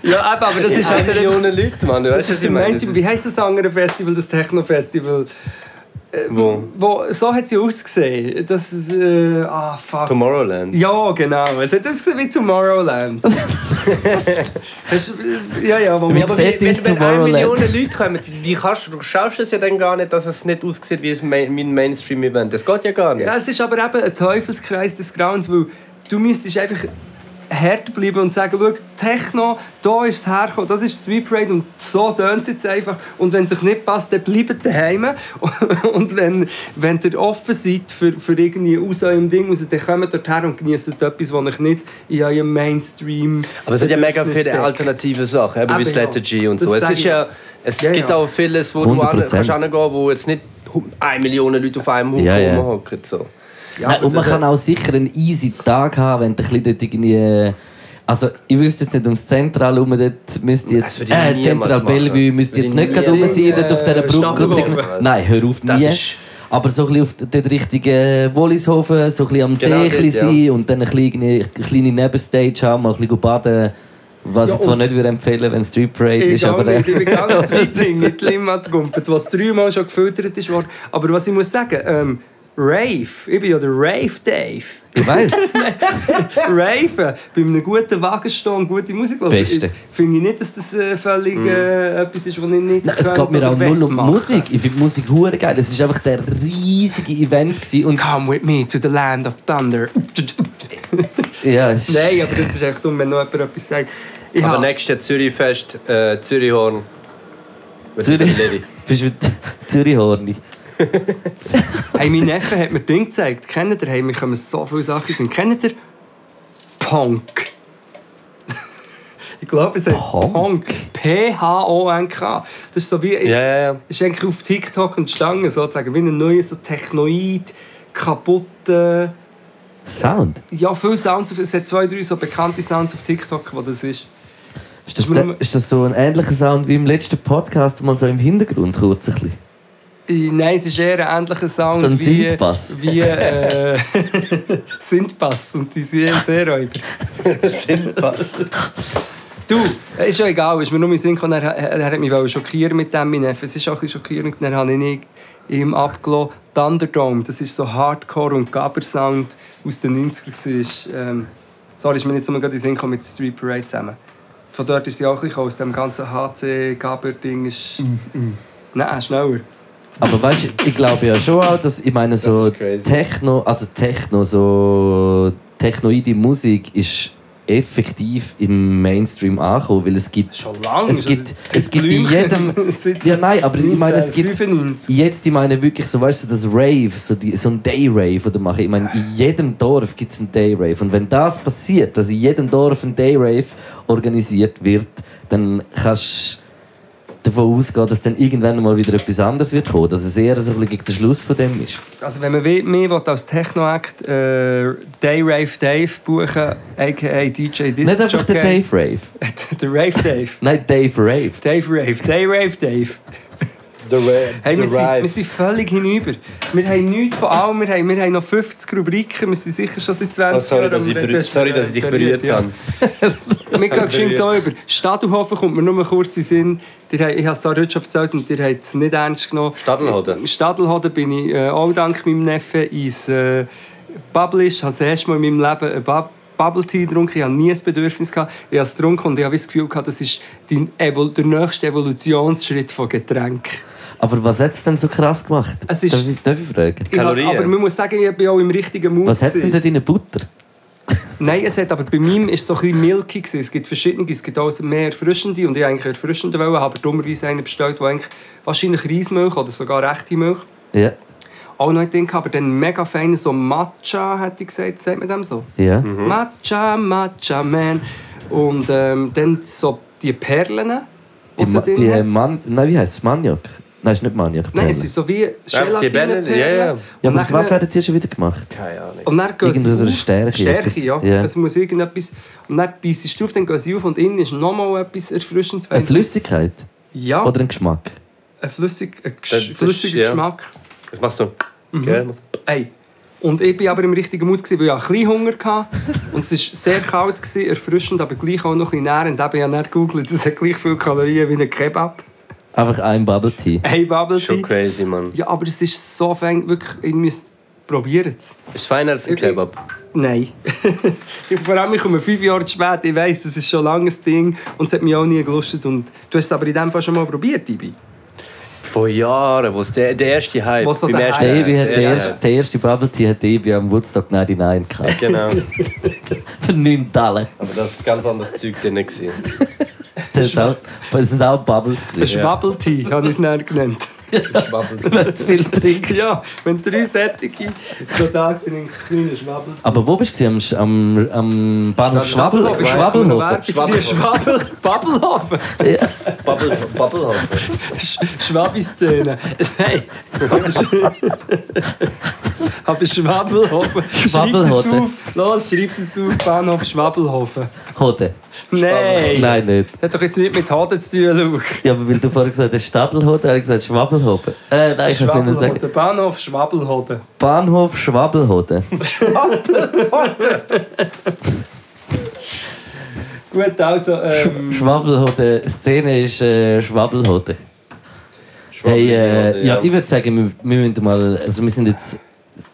S3: ja, eben, aber das ist halt
S4: Eine
S3: einfach
S4: Million Leute, Mann. Du
S3: Das
S4: weißt, was
S3: ist
S4: ich
S3: im
S4: meine.
S3: Mainstream. Wie heisst das andere Festival, das Techno-Festival?
S4: Wo?
S3: Wo, so hat es ja ausgesehen. Das ist. Äh, ah, fuck.
S4: Tomorrowland.
S3: ja, genau. Es hat ausgesehen wie Tomorrowland. Hast du- ja, ja, wo
S4: Ja,
S3: wir.
S4: aber
S2: Sieht
S4: wie, wenn,
S2: uns
S4: wenn eine
S2: Tomorrowland.
S4: Million Leute kommen, wie kannst du, du schaffst es ja dann gar nicht, dass es nicht aussieht wie ein Main, mein Mainstream-Event. Das geht ja gar nicht.
S3: Ja, es ist aber eben ein Teufelskreis des Grauens, weil du müsstest einfach hart bleiben und sagen, schau, Techno, da ist es hergekommen, das ist Sweet Parade und so tönt es jetzt einfach. Und wenn es euch nicht passt, dann bleibt daheim. Und wenn, wenn ihr offen seid für, für irgendwie aus eurem Ding raus, dann kommt dort her und genießt etwas, was euch nicht in eurem Mainstream...
S4: Aber es hat ja mega
S3: Bedürfnis
S4: viele
S3: deckt.
S4: alternative Sachen, eben wie
S3: Eben,
S4: Strategy und
S3: das
S4: so. Es,
S3: sag
S4: ist
S3: ich
S4: ja, es
S3: Ja,
S4: gibt
S3: ja.
S4: auch vieles, wo du an,
S2: 100%.
S4: kannst hingehen wo jetzt nicht hu- 1 Million Leute auf einem Haufen
S2: Ja, ja.
S4: rumhocken. So.
S2: Nein, und man kann auch sicher einen easy Tag haben, wenn du ein bisschen dort irgendwie. Also, ich wüsste jetzt nicht ums Zentral herum, dort müsste jetzt.
S4: Das würde ich
S2: Äh,
S4: niemals
S2: Zentral
S4: machen.
S2: Bellevue müsste
S4: Würde
S2: jetzt
S4: ich
S2: nicht gerade
S4: nie-
S2: rum sein, dort auf dieser
S3: Äh,
S2: Brücke.
S3: Stadthof.
S2: Nein, hör auf,
S4: Das
S2: nie.
S4: ist-
S2: Aber so ein bisschen auf dort richtigen Wollishofen, so ein bisschen am See
S4: Genau,
S2: ein bisschen
S4: dort, ja.
S2: sein und dann eine kleine, kleine Nebenstage haben, mal ein bisschen baden. Was
S3: Ja,
S2: ich zwar
S3: und-
S2: nicht würde empfehlen, wenn es Street Parade ist,
S3: Egal,
S2: aber.
S3: aber
S2: äh,
S3: ich bin ganz weit in mit Limmat gumpet, was dreimal schon gefiltert ist. worden. Aber was ich muss sagen, ähm, Rave, ich bin ja der Rave Dave.
S2: Ich weiß.
S3: Raven, bei einem guten Wagen stehen und gute Musik hören,
S2: Beste. Mm.
S3: ich- finde ich nicht, dass das äh, völlig äh, etwas ist, was ich nicht
S2: Nein, es
S3: könnte
S2: geht mir
S3: oder
S2: auch null um
S3: wegmachen.
S2: Musik. Ich finde Musik hure geil. Es war einfach der riesige Event. Gewesen. Und
S3: Come with me to the land of thunder.
S2: ja, es ist-
S3: Nein, aber das ist echt dumm, wenn noch jemand etwas sagt. Ich
S4: Aber
S3: hab-
S4: nächstes Jahr Zürichfest, äh, Zürichhorn. Mit
S2: Zürich.
S4: der Lady.
S2: Du bist mit Zürichhornig.
S3: Hey, mein Neffe hat mir Ding gezeigt. Kennt ihr? Hey, mir kommen so viele Sachen sind. Kennt ihr? Punk. ich glaube, es heißt
S2: Punk?
S3: Punk. P-H-O-N-K. Das ist so wie.
S4: Ja, ja, ja.
S3: Ist eigentlich auf TikTok und Stangen sozusagen. Wie ein neues so Technoid, kaputte.
S2: Sound.
S3: Ja, viele Sounds. Auf, es hat zwei, drei so bekannte Sounds auf TikTok, wo das ist.
S2: Ist das,
S3: Ist mir
S2: der,
S3: nur-
S2: ist das so ein ähnlicher Sound wie im letzten Podcast, mal so im Hintergrund kurz ein bisschen?
S3: Äh, Nein, es ist eher ein ähnlicher Sound
S2: So ein
S3: wie.
S2: Synthbass.
S3: Wie. Äh, Sintbass. Und die sind sehr räuber. Du, äh, ist ja egal, ist mir nur mein Sinn gekommen, er, er, er hat mich wollen schockieren mit dem, mein Neffe. Es ist auch ein bisschen schockierend, dann habe ich ihn- ihm abgelassen. Thunderdome, das ist so Hardcore- und Gabber-Sound aus den 90ern. Ist, ähm, sorry, ist mir nicht so gerade in den Sinn gekommen mit der Street Parade zusammen. Von dort ist sie auch ein bisschen gekommen, aus dem ganzen HC-Gabber-Ding ist...
S2: Mm,
S3: Nein, äh, schneller.
S2: Aber weißt du, ich glaube ja schon auch, dass ich meine so
S4: ist crazy.
S2: Techno, also Techno, so technoide Musik ist effektiv im Mainstream angekommen, weil es gibt
S3: Schon lange.
S2: es gibt, es gibt in jedem. Ja, nein, aber ich meine, es gibt.
S3: 95.
S2: Jetzt, ich meine wirklich, so weißt du, das Rave, so, die, so ein Day-Rave, oder mache ich. ich meine, in jedem Dorf gibt es einen Day-Rave. Und wenn das passiert, dass in jedem Dorf ein Day-Rave organisiert wird, dann kannst du davon ausgehen, dass dann irgendwann mal wieder etwas anderes wird kommen. Dass es eher so ein bisschen gegen den Schluss von dem ist.
S3: Also wenn man will, mehr will als Techno-Act äh, Day Rave Dave buchen, a.k.a. DJ Disc
S2: Nicht einfach der Dave Rave.
S3: Dave. der Rave Dave.
S2: Nein, Dave Rave.
S3: Dave Rave, Day Rave Dave.
S4: The, Ra
S3: Hey,
S4: the
S3: wir, sind, wir
S4: Rive.
S3: sind völlig hinüber. Wir haben nichts von allem, wir haben, wir haben noch 50 Rubriken, wir sind sicher schon seit 20
S4: Oh, sorry,
S3: Jahren
S4: dass
S3: am
S4: ich,
S3: Reden.
S4: berührt, sorry, dass ich dich berührt
S3: ja.
S4: habe.
S3: Wir gehen geschwind so über. Stadelhofen kommt mir nur kurz in den Sinn. Ihr habt- Ich habe es zwar heute schon erzählt und ihr habt es nicht ernst genommen.
S4: Stadelhoden?
S3: In Stadelhoden bin ich äh, auch dank meinem Neffen ins äh, Publish. Ich habe das erste Mal in meinem Leben ein Bub Bubble Tea getrunken. Ich habe nie ein Bedürfnis gehabt. Ich habe es getrunken und ich habe das Gefühl gehabt, das ist die Evol- der nächste Evolutionsschritt von Getränk.
S2: Aber was hat es denn so krass gemacht?
S3: Es ist-
S2: darf, ich, darf ich fragen?
S3: Ich habe-
S4: Kalorien.
S3: Aber man muss sagen, ich bin auch im richtigen Mut.
S2: Was hat es denn
S3: gewesen.
S2: dort in der Butter?
S3: Nein, es hat aber bei meinem ist so ein bisschen milky gewesen. Es gibt verschiedene, es gibt auch mehr erfrischende und ich eigentlich erfrischende wollen, habe dummerweise einen bestellt, der eigentlich wahrscheinlich Reismilch oder sogar rechte Milch.
S2: Ja,
S3: Auch noch ein Ding, aber dann mega fein so Matcha, hätte ich gesagt, sagt man dem so?
S2: ja.
S3: Mhm. Matcha, Matcha Man. Und ähm, dann so die Perlen,
S2: Die,
S3: es
S2: Ma-
S3: drin
S2: die
S3: hat.
S2: Mann, nein, wie heißt es? Maniok? Nein, ist nicht Maniok.
S3: Nein, es
S2: Perlen.
S3: sind so wie
S4: Perlen,
S3: Gelatine-Perlen.
S4: ja, ja.
S2: Ja,
S3: Und
S2: aber aus
S3: nachher-
S2: was werden die schon wieder gemacht?
S4: Keine Ahnung.
S3: Und dann gehen sie
S2: Irgendwas
S3: auf.
S2: eine Stärke,
S3: Stärke,
S2: etwas.
S3: ja.
S2: Ja.
S3: Es muss irgendetwas... Und dann beißt du auf, dann gehen sie auf und innen ist nochmal etwas Erfrischendes.
S2: Eine Flüssigkeit
S3: ja,
S2: oder ein Geschmack?
S3: ein, flüssig, ein
S4: Äh, Das
S3: gesch
S4: ist-
S3: flüssiger
S4: ja.
S3: Geschmack.
S4: Ich mach so. Gell? Mach so.
S3: Ey. Und ich war aber im richtigen Mut, gewesen, weil ich einen kleinen Hunger hatte. Und es war sehr kalt, gewesen, erfrischend, aber gleich auch noch ein bisschen nährend. Eben, Ich habe nicht gegoogelt, das hat gleich viele Kalorien wie ein Kebab.
S2: Einfach ein Bubble Tea.
S3: Ein Bubble
S4: Schon
S3: Tea.
S4: crazy, Mann.
S3: Ja, aber es ist so fein, wirklich, ihr müsst probieren es.
S4: Ist feiner als ein
S3: Okay.
S4: Kebab.
S3: Nein. ich, vor allem, ich komme fünf Jahre zu spät. Ich weiss, das ist schon lange ein Ding und es hat mich auch nie gelustet. Und du hast es aber in dem Fall schon mal probiert, Ibi.
S4: Vor Jahren, wo es der, der erste Hype.
S3: Wo so
S4: beim
S3: der
S4: ersten
S2: Der
S3: Hype-
S2: Ebi
S4: Hype.
S2: hat der, erste, der erste Bubble Tea hat der Ebi am Woodstock 99 gekauft.
S4: Genau.
S2: Für 9 Dollar.
S4: Aber das war ganz anderes Zeug drin. gewesen.
S2: Das, ist auch- das sind auch Bubbles. gewesen.
S3: Schwabbeltee, habe ich es dann genannt.
S4: Bubble-
S2: Wenn du zu viel trinkst.
S3: ja, wenn du drei Sättige pro Tag trinkst, kleine Schwabbel.
S2: Aber wo bist du? Am, Sch- am, am Bahnhof Schwabbelhof? Schwabbelhof.
S3: Schwabbelhofen. Schwabbel Babbelhofen.
S4: Bubble, Bubblehofer.
S3: Sch Schwabi-Szene. Nein. Aber Schwabbelhofen.
S2: Schwabbelhofen.
S3: Schreibt es auf. Los, schreibt es auf. Bahnhof Schwabbelhofen.
S2: Hoden.
S3: Nein.
S2: Nein, nicht.
S3: Das hat doch jetzt nicht mit Hoden zu tun, Luke.
S2: Ja, aber weil du vorher gesagt hast, Stadelhoden, habe ich gesagt Schwabbelhoden. Äh, nein, ich kann es nicht mehr sagen.
S3: Schwabbelhoden. Bahnhof Schwabbelhoden.
S2: Bahnhof Schwabbelhoden.
S3: Gut, also...
S2: Mhm.
S3: Ähm,
S2: Schwabbelhoden. Szene ist äh, Schwabbelhoden. Hey, äh, ja, ich würde sagen, wir, wir müssen mal, also wir sind jetzt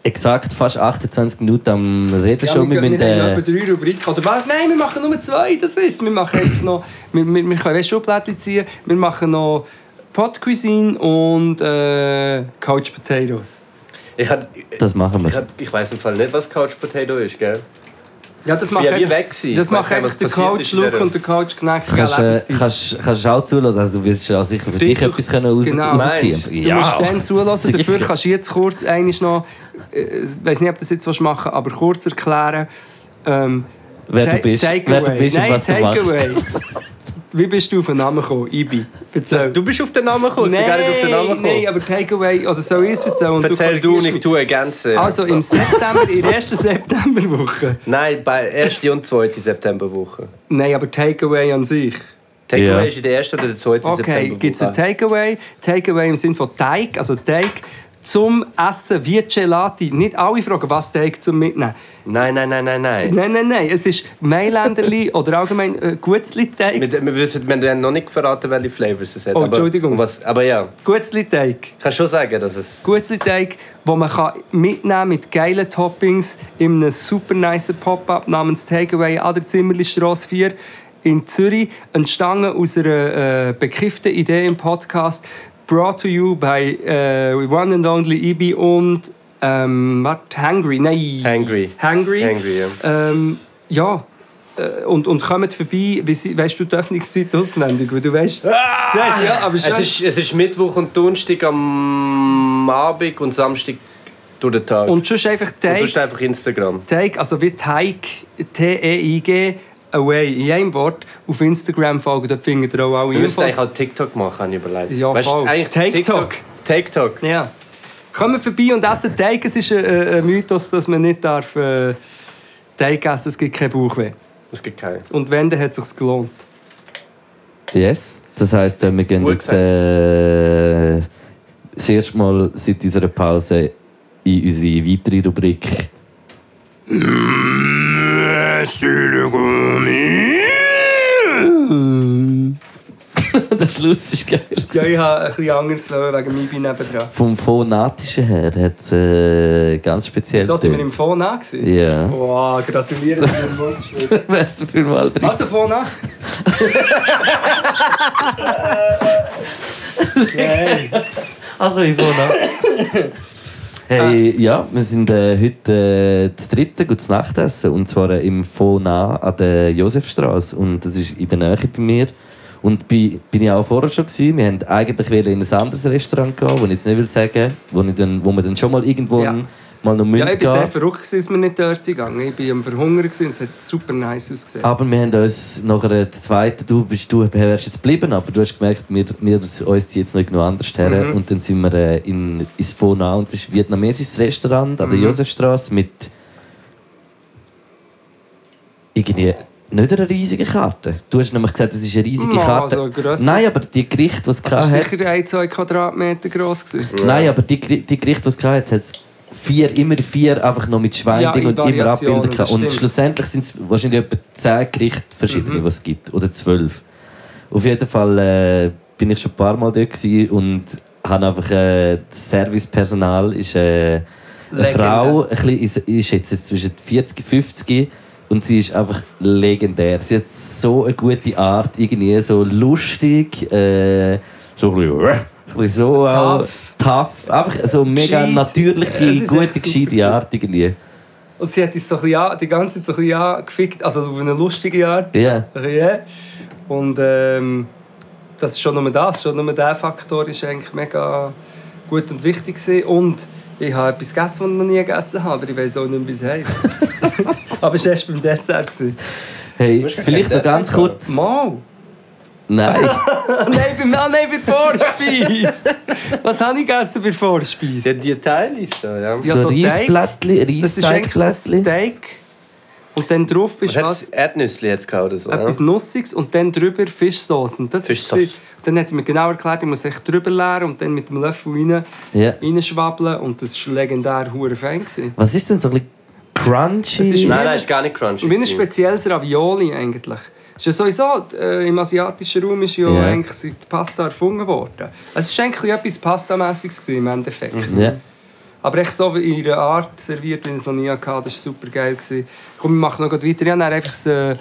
S2: exakt fast 28 Minuten am Reden
S3: ja,
S2: schon. Wir,
S3: wir,
S2: müssen,
S3: wir haben
S2: äh,
S3: etwa drei Rubriken. Oder was? Nein, wir machen nur zwei, das ist Wir machen einfach noch... Wir, wir, wir können weißt, Schublädchen ziehen. Wir machen noch Podcuisine und äh, Couch Potatoes.
S4: Ich, hat,
S2: das machen
S4: ich,
S2: wir.
S4: hat, ich weiß im Fall nicht, was Couch Potato ist, gell?
S3: Ja, das
S4: bin
S3: macht
S4: ja wie weg gewesen.
S3: Das
S4: Ich weiss
S3: macht
S4: nicht,
S3: einfach
S4: was
S3: der
S4: passiert ist
S3: Couch
S4: in
S3: Look
S4: der-
S3: und der Couch Knack.
S2: Du kannst, äh, kannst, kannst auch zulassen, also du wirst auch sicher für dich
S3: Richtig.
S2: etwas können raus,
S3: Genau.
S2: rausziehen
S4: Meinst
S3: Du musst dann zulassen, dafür
S2: sicher.
S3: kannst du jetzt kurz eines noch, äh, ich weiß nicht, ob du das jetzt was machen willst, aber kurz erklären, ähm,
S2: Wer du
S3: Ta-
S2: bist, wer
S3: Takeaway.
S2: du bist und
S3: Nein,
S2: was du machst.
S3: Takeaway. Wie bist du auf den Namen gekommen, Ibi? Erzähl.
S4: Du bist auf den Namen
S5: Oh,
S4: gekommen. ich bin gar nicht auf den Namen
S3: nein,
S4: gekommen.
S3: nein, aber Takeaway, oder soll ich es erzählen? Und
S4: Erzähl du,
S3: korrigierst
S4: nicht
S3: mich?
S4: du ergänzen.
S3: Also im September, in der ersten Septemberwoche.
S4: Nein, bei 1. und 2. Septemberwoche.
S3: Nein, aber Takeaway an sich.
S4: Takeaway
S2: Ja.
S4: ist in der 1. oder der 2. Septemberwoche.
S3: Okay, gibt es ein Takeaway? Takeaway im Sinne von Teig, also Teig zum Essen wie Gelati. Nicht alle fragen, was Teig zum Mitnehmen.
S4: Nein, nein, nein, nein, nein.
S3: Nein, nein, nein, es ist Mailänderli oder allgemein äh, Gutzli-Teig.
S4: Wir, wir, wissen, wir haben noch nicht verraten, welche Flavors es hat.
S3: Oh,
S4: aber-
S3: Entschuldigung.
S4: Was, aber ja,
S3: Gutzli-Teig.
S4: ich kann schon sagen, dass es...
S3: Gutzli-Teig, den man kann mitnehmen kann mit geilen Toppings in einem super nice Pop-Up namens Takeaway an der Zimmerlistrasse 4 in Zürich. Entstanden aus einer äh, bekifften Idee im Podcast. Brought to you by äh, One and Only Ibi und ähm, warte, Hangry, nein.
S4: Hangry.
S3: Hangry.
S4: Hangry, ja.
S3: Ähm, ja, äh, und, und kommen vorbei, wie sie, weißt du die Öffnungszeit auswendig, weil du weißt, siehst, ja, aber
S4: Ah! Es
S3: schon,
S4: ist, es ist Mittwoch und Donnerstag am Abend und Samstag durch den Tag.
S3: und sonst einfach
S4: und sonst
S3: Take,
S4: einfach Instagram.
S3: Take, also wie Take, T-E-I-G, Away, in einem Wort, auf Instagram folgen, dort findet ihr auch alle
S4: Wir müssen
S3: Infos.
S4: eigentlich halt- auch TikTok machen, habe ich überlegt.
S3: Ja,
S4: Weißt du,
S3: voll.
S4: eigentlich
S3: TikTok.
S4: TikTok. TikTok.
S3: Ja. Kommen vorbei und essen Teig. Es ist ein, äh, ein Mythos, dass man nicht darf, äh, Teig essen Es gibt keinen Bauchweh.
S4: Es gibt keinen.
S3: Und wenn, dann hat es sich gelohnt.
S2: Yes. Das heisst, äh, wir gehen
S4: Gut
S2: jetzt äh, das erste Mal seit unserer Pause in unsere weitere Rubrik. Der Schluss ist geil.
S3: Ja, ich habe ein bisschen anderes wollen wegen Mibi nebendran.
S2: Vom Phonatischen her hat es äh, ganz speziell.
S3: Wieso sind wir im Fond an? gewesen?
S2: Ja.
S3: Wow, gratuliere dir, Wunsch.
S2: Wärst du für mal drin?
S3: Also, Fond an? Nein.
S2: Also, ich vorne. Hey, ja, wir sind äh, heute äh, das dritte gutes Nachtessen und zwar äh, im Fona an der Josefstraße und das ist in der Nähe bei mir und bei, bin ich auch vorher schon gewesen. Wir haben eigentlich wollen in ein anderes Restaurant gehen, wo ich jetzt nicht will sagen, wo, ich dann, wo wir dann schon mal irgendwo
S3: Ja.
S2: mal noch müssen
S3: Ja, ich
S2: gehen.
S3: war sehr verrückt, gewesen, dass wir nicht dort gegangen sind. Ich war am Verhungern gewesen und es hat super nice ausgesehen.
S2: Aber wir haben uns nachher der zweiten, du bist du wärst jetzt geblieben, aber du hast gemerkt, wir, wir uns ziehen jetzt noch irgendwo anders her.
S3: Mhm.
S2: Und dann sind wir äh, in, ins Pho Nha und das ist ein vietnamesisches Restaurant an der
S3: Mhm.
S2: Josefstrasse mit irgendwie nicht einer riesigen Karte. Du hast nämlich gesagt, es ist eine riesige
S3: Mal
S2: Karte.
S3: so grösser. Also,
S2: Nein, aber die Gerichte, die es
S3: Es war
S2: hatte-
S3: sicher ein, zwei Quadratmeter gross. Gewesen.
S2: Nein, aber die, Geri- die Gerichte, die es hatte, hat vier, immer vier, einfach noch mit
S3: Ja,
S2: Schweinding
S3: in
S2: und immer
S3: Variationen,
S2: abbilden
S3: das
S2: können. Und
S3: stimmt. Mhm.
S2: schlussendlich sind es wahrscheinlich etwa zehn Gerichte verschiedene, die es gibt. Oder zwölf. Auf jeden Fall äh, bin ich schon ein paar Mal dort gewesen und habe einfach äh, das Servicepersonal ist äh, eine
S3: Legendär.
S2: Frau, ein bisschen, ist, ist jetzt, jetzt zwischen 40 und 50 und sie ist einfach legendär. Sie hat so eine gute Art, irgendwie so lustig, äh, so ein bisschen, ein bisschen so auch, tough, einfach so mega
S3: Gescheit. Es
S2: natürliche,
S3: ist echt
S2: gute,
S3: super
S2: gescheite
S3: gewesen.
S2: Art irgendwie.
S3: Und sie hat uns so ein bisschen an, die ganze Zeit so ein bisschen angefickt, also auf eine lustige Art.
S2: Ja,
S3: Ja. Und ähm, das ist schon nur das, schon nur dieser Faktor ist eigentlich mega gut und wichtig gewesen. Und ich habe etwas gegessen, was ich noch nie gegessen habe, aber ich weiß auch nicht, mehr, wie es heisst. aber es war erst beim Dessert. Gewesen.
S2: hey,
S4: musst gar
S2: vielleicht
S4: kein
S2: noch ganz
S4: Dessert
S2: kurz.
S3: Mal!
S2: Nein,
S3: Ah, nein, beim, ah, nein, bei der Vorspeise! Was habe ich gegessen bei der Vorspeise?
S4: Die, die Teile ist da, ja.
S3: Ja,
S2: so
S3: so Teig.
S2: Reisplättli,
S3: Das ist eigentlich
S2: Reisteigblättli.
S3: Steak. Und dann drauf ist
S4: Was hat's?
S3: was?
S4: Erdnüsse jetzt gehabt oder so?
S3: etwas
S4: ja?
S3: Nussiges und dann drüber Fischsauce. Und das ist
S4: Fischsauce.
S3: sie- dann hat sie mir genau erklärt, ich muss echt drüber leeren und dann mit dem Löffel rein,
S2: Ja.
S3: reinschwabbeln. Und das war legendär hure fein. gewesen.
S2: Was ist denn so ein bisschen crunchy?
S3: Es ist-
S4: Nein, nein, ist gar nicht crunchy.
S3: Wie ein
S4: gewesen.
S3: spezielles Ravioli eigentlich. Ist ja sowieso, äh, im asiatischen Raum ist ja
S2: Ja.
S3: eigentlich die Pasta erfunden worden. Es war eigentlich etwas Pastamässiges gewesen im Endeffekt.
S2: ja.
S3: Aber echt so wie in ihrer Art serviert, wie ich es noch nie hatte. Das war super geil. Komm, ich mache noch gleich weiter. Ich habe dann einfach das, äh, äh,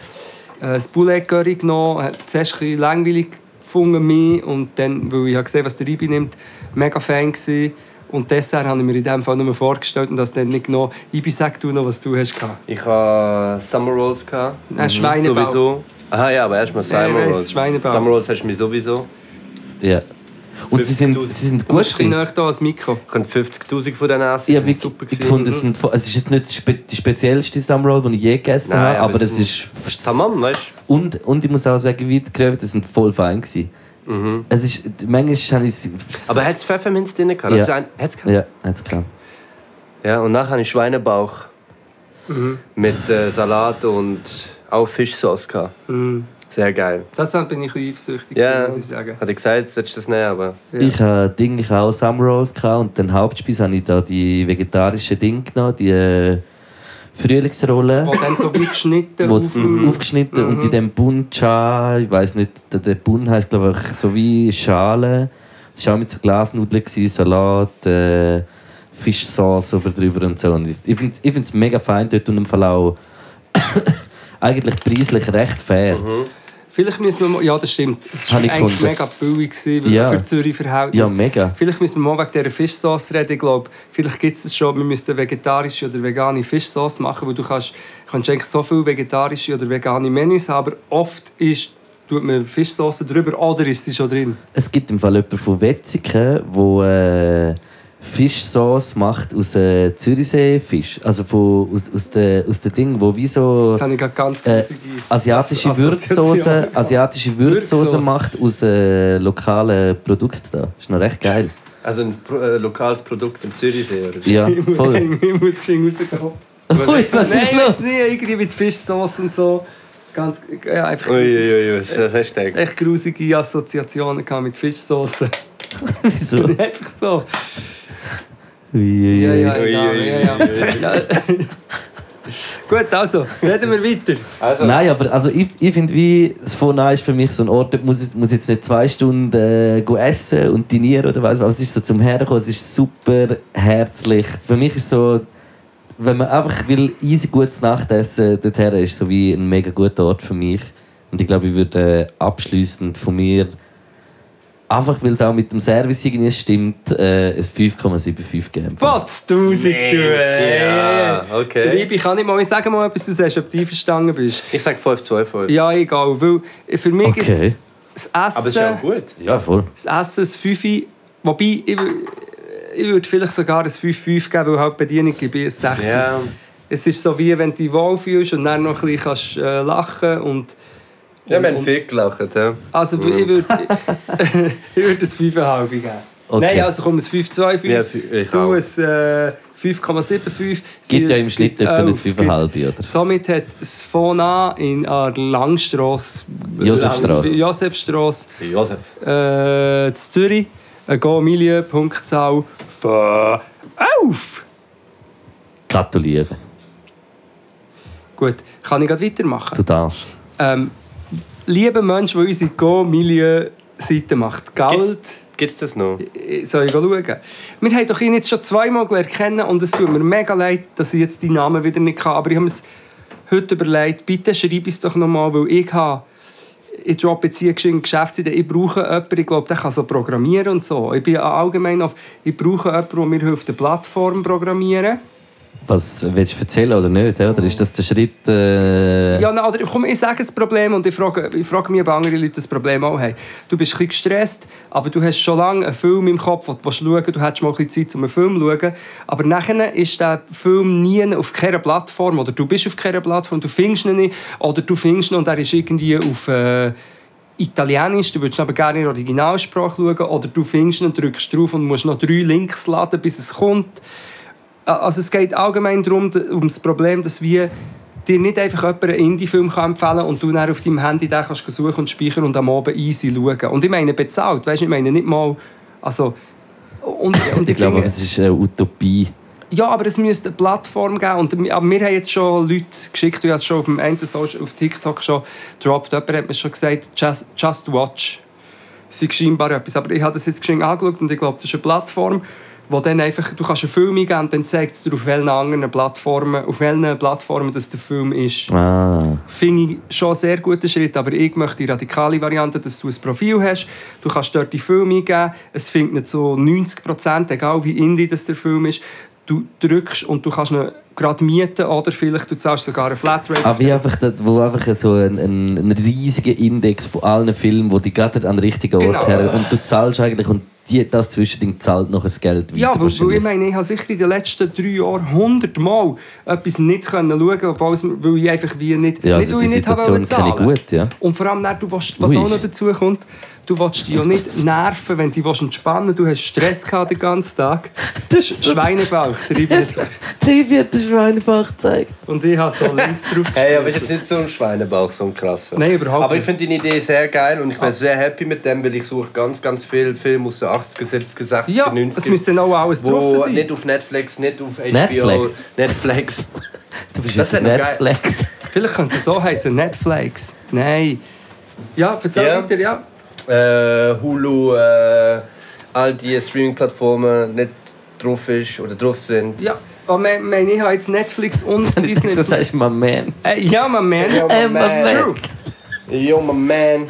S3: das Poulet Curry genommen. Hat Zuerst ein bisschen langweilig gefunden mich. Und dann, weil ich habe gesehen was der Reibe nimmt, mega Fan gewesen. Und Dessert habe ich mir in dem Fall nur vorgestellt und das dann nicht genommen. Ibi, sag du noch, was du hast gehabt.
S4: Ich habe Summer Rolls gehabt. Mhm.
S3: Ein Schweinebauch.
S4: Sowieso. Aha, ja, aber erstmal Summer
S3: ich weiss,
S4: Rolls.
S3: Schweinebauch.
S4: Summer Rolls hast du mir sowieso.
S2: Ja. Und sie sind,
S4: 50.000.
S2: sie sind
S3: Du
S2: gut.
S3: bist ein bisschen
S2: gewesen.
S3: näher da als Mikro.
S4: Ich könnte 50.000 von denen essen.
S2: Ich
S4: sind
S2: habe
S4: super
S2: ich gefunden, es,
S4: gewesen.
S2: sind, voll- es ist jetzt nicht die spe- die speziellste Summerroll, die ich je gegessen
S4: Nein,
S2: habe,
S4: aber
S2: aber
S4: es
S2: es ist.
S4: Tamam, weißt
S2: Und, und ich muss auch sagen, wie die Kräfte sind voll fein. Gewesen.
S4: du? Mhm.
S2: Es ist, manchmal habe ich es.
S4: Aber hat es Pfefferminz drin gehabt? Das
S2: Ja.
S4: ist ein- Hat's gehabt?
S2: Ja, hat's klar.
S4: Ja, und nachher habe ich Schweinebauch
S3: Mhm.
S4: mit äh, Salat und auch Fischsauce gehabt.
S3: Mhm.
S4: Sehr geil.
S3: Deshalb bin ich ein bisschen eifersüchtig,
S4: Ja,
S3: muss ich sagen.
S4: hatte ich gesagt, solltest du das nehmen, aber
S3: Ja.
S2: Ich habe Ding, ich habe auch Summerrolls gehabt und den Hauptspeis habe ich da die vegetarischen Dinge genommen, die äh, Frühlingsrollen.
S3: Wo dann so wie geschnitten
S2: wo es
S3: auf dem
S2: aufgeschnitten und in dem Bun Cha, ich weiß nicht, der, der Bun heißt glaube ich so wie Schale. Es war auch mit so Glasnudeln, gewesen, Salat, äh, Fischsauce über drüber und so. Und ich ich finde es ich find's mega fein dort und im Fall auch eigentlich preislich recht fair.
S3: Vielleicht müssen wir mal... Ja, das stimmt. Es war
S2: Habe ich
S3: eigentlich
S2: gefunden.
S3: mega billig gewesen, weil
S2: Ja.
S3: für Zürich Verhältnisse.
S2: Ja, mega.
S3: Vielleicht müssen wir mal wegen dieser Fischsauce reden, ich glaube. Vielleicht gibt es das schon. Wir müssten vegetarische oder vegane Fischsauce machen, weil du kannst, kannst eigentlich so viele vegetarische oder vegane Menüs haben, aber oft ist, tut man Fischsauce drüber oder ist sie schon drin.
S2: Es gibt im Fall jemanden von Wetzigen, der äh, Fischsauce macht aus äh, Zürichseefisch. Also von, aus, aus den aus den Dingen, wo wie so
S3: Jetzt habe ich gerade ganz Also,
S2: äh,
S3: grusige
S2: asiatische
S3: Ass- Assoziationen
S2: Würzsoße
S3: gemacht.
S2: asiatische Würzsoße
S3: Würzsoße.
S2: macht aus äh, lokalen Produkten. Da. Ist noch recht geil.
S4: Also ein Pro äh, lokales Produkt im Zürichsee, oder?
S2: Ja,
S3: Ich muss,
S2: voll.
S3: ich muss geschwind rauskommen.
S2: Ui, was
S3: Nein,
S2: ist
S3: ich weiß
S2: los?
S3: nicht. Irgendwie mit Fischsauce und so. Ganz, ja, einfach
S4: Uiuiui, was was hast du gedacht?
S3: echt grusige Assoziationen gehabt mit Fischsauce.
S2: Wieso?
S3: einfach so.
S2: Uiuiui.
S3: Ja, ja, ja,
S4: Uiuiui.
S3: ja, ja. Gut, also, reden wir weiter.
S4: Also,
S2: Nein, aber also ich, ich finde, wie das Fona ist für mich so ein Ort, dort muss ich muss ich jetzt nicht zwei Stunden äh, go essen und dinieren oder weiss was. Aber es ist so zum Herkommen, es ist super herzlich. Für mich ist so, wenn man einfach will, easy gutes Nachtessen dorthin ist, so wie ein mega guter Ort für mich. Und ich glaube, ich würde äh, abschließend von mir, einfach weil es auch mit dem Service irgendwie stimmt, äh, ein 5,75 geben.
S3: Potz, Tausend, du! ey.
S4: Ja,
S2: äh,
S3: Der
S4: okay.
S3: Ibi kann nicht mal, ich sage mal etwas, du sagst, ob du einverstanden bist.
S4: Ich sage 5-2-5.
S3: Ja, egal, weil für mich gibt's
S2: Okay.
S3: das
S4: Aber es
S3: Essen...
S4: ist auch gut.
S2: Ja, voll.
S3: das Essen, das 5. Wobei, ich, wü- ich würde vielleicht sogar ein 5-5 geben, weil halt die Bedienung gibt ein 6.
S4: Ja.
S3: Es ist so, wie wenn du dich wohlfühlst und dann noch ein bisschen kannst, äh, lachen und
S4: Ja, wir haben viel gelacht. Ja.
S3: Also
S4: Mhm.
S3: ich würde ich würde es 5,5 geben.
S2: Okay.
S3: Nein, also komm, es 5,25.
S4: Ja, ich
S3: du
S4: auch.
S3: es äh, 5,75. Sie-
S2: Gibt ja im
S3: es
S2: Schnitt etwa ein
S3: elf, gibt- äh,
S2: 5,5 oder?
S3: Somit hat das Fona in der Langstrasse,
S2: Josefstrasse.
S3: Josefstrasse
S4: Josef.
S3: äh, in Zürich, eine Go-Milie-Punktzahl von 11.
S2: Gratuliere.
S3: Gut, kann ich gerade weitermachen?
S2: Du darfst.
S3: Ähm, lieber Mensch, der unsere Go-Milie-Seite macht, Geld...
S4: Gibt es das noch?
S3: soll ich schauen? Wir haben doch ihn jetzt schon zweimal gelernt kennen und es tut mir mega leid, dass ich jetzt deinen Namen wieder nicht kann. Aber ich habe es heute überlegt, bitte schreib es doch nochmal, weil ich habe ich droppe jetzt hier geschwind Geschäftsidee. Ich brauche jemanden, ich glaube, der kann so programmieren und so. Ich bin allgemein auf, ich brauche jemanden, der mir hilft, eine Plattform programmieren.
S2: Was willst du erzählen oder nicht? hä? Oder ist das der Schritt? Äh,
S3: Ja, nou, nein, oder komm, ich sage das Problem und ich frage, ich frage mich, ob andere Leute das Problem auch haben. Du bist ein bisschen gestresst, aber du hast schon lange einen Film im Kopf, den du schauen willst. Du hättest mal ein bisschen Zeit, um einen Film zu schauen. Aber nachher ist der Film nie auf keiner Plattform oder du bist auf keiner Plattform, du findest ihn nicht oder du findest ihn und er ist irgendwie auf... Äh, Italienisch, du würdest aber gerne in der Originalsprache schauen oder du findest ihn, drückst drauf und musst noch drei Links laden, bis es kommt. Also es geht allgemein darum, d- um das Problem, dass wir dir nicht einfach jemand einen Indie-Film kann empfehlen kann und du dann auf deinem Handy den kannst suchen und speichern und am Abend easy schauen. Und ich meine bezahlt, weißt du, ich meine nicht mal... Also, und, und
S2: Ich glaube, aber es ist eine Utopie.
S3: ja, aber es müsste eine Plattform geben. Und wir, aber wir haben jetzt schon Leute geschickt, du hast schon auf dem einen Social, auf TikTok schon gedroppt. Jemand hat mir schon gesagt, just, just watch. Sie ist scheinbar etwas. Aber ich habe das jetzt geschwind angeschaut und ich glaube, das ist eine Plattform, wo dann einfach, du kannst einen Film eingeben und dann zeigt es dir, auf welchen anderen Plattformen, auf welchen Plattformen das der Film ist
S2: Ah,
S3: finde ich schon einen sehr guten Schritt, aber ich möchte die radikale Variante, dass du ein Profil hast, du kannst dort die Filme eingeben, es findet nicht so 90 Prozent, egal wie indie das der Film ist, du drückst und du kannst ihn gerade mieten oder vielleicht du zahlst sogar eine Flatrate.
S2: ah wie einfach, das, wo einfach so ein, ein, ein riesiger Index von allen Filmen, wo die gerade an den richtigen Ort
S3: Genau.
S2: her und du zahlst eigentlich und die, das Zwischending zahlt noch das Geld weiter.
S3: Ja, weil, weil
S2: wahrscheinlich.
S3: ich meine, ich habe sicher in den letzten drei Jahren hundertmal etwas nicht können schauen, obwohl es- weil ich einfach wie nicht,
S2: ja,
S3: nicht,
S2: also
S3: weil
S2: die
S3: ich nicht habe
S2: Situation kenne
S3: wollen
S2: ich
S3: zahlen.
S2: gut, ja.
S3: Und vor allem, dann, du willst, was
S2: Ui.
S3: auch noch dazu kommt, du willst dich ja nicht nerven, wenn du dich entspannen willst. Du hast Stress gehabt den ganzen Tag.
S2: Das
S3: Sch- Schweinebauch. der Ibi hat sich-
S2: Die wird der Schweinebach gezeigt.
S3: Und ich habe so links drauf
S4: Hey,
S3: gestellt.
S4: aber ist jetzt nicht so ein Schweinebauch, so ein krasser.
S3: Nein, überhaupt
S4: Aber ich
S3: nicht. Ah.
S4: finde deine Idee sehr geil und ich bin sehr happy mit dem, weil ich suche ganz, ganz viele Filme aus den 80er, 70er, 80er,
S3: Ja,
S4: 90er.
S3: es müsste dann auch alles
S4: wo
S3: drauf sein.
S4: nicht auf Netflix, nicht auf HBO,
S2: Netflix.
S4: Netflix.
S2: Du bist
S4: Das
S2: das
S4: wär noch geil.
S2: Netflix.
S3: Vielleicht könnte es so heißen Netflix. Nein. Ja, erzähl
S4: Ja.
S3: weiter, ja.
S4: äh, Hulu, äh, all die Streaming-Plattformen nicht drauf ist oder drauf sind.
S3: Ja, aber mein, mein, ich habe jetzt Netflix und
S2: Ich
S3: Disney.
S2: dachte, Das heißt, mein Man.
S3: Äh, ja, mein Man.
S4: Ja,
S2: Äh, mein
S4: Moment.
S2: Man.
S3: True.
S4: Junger Man.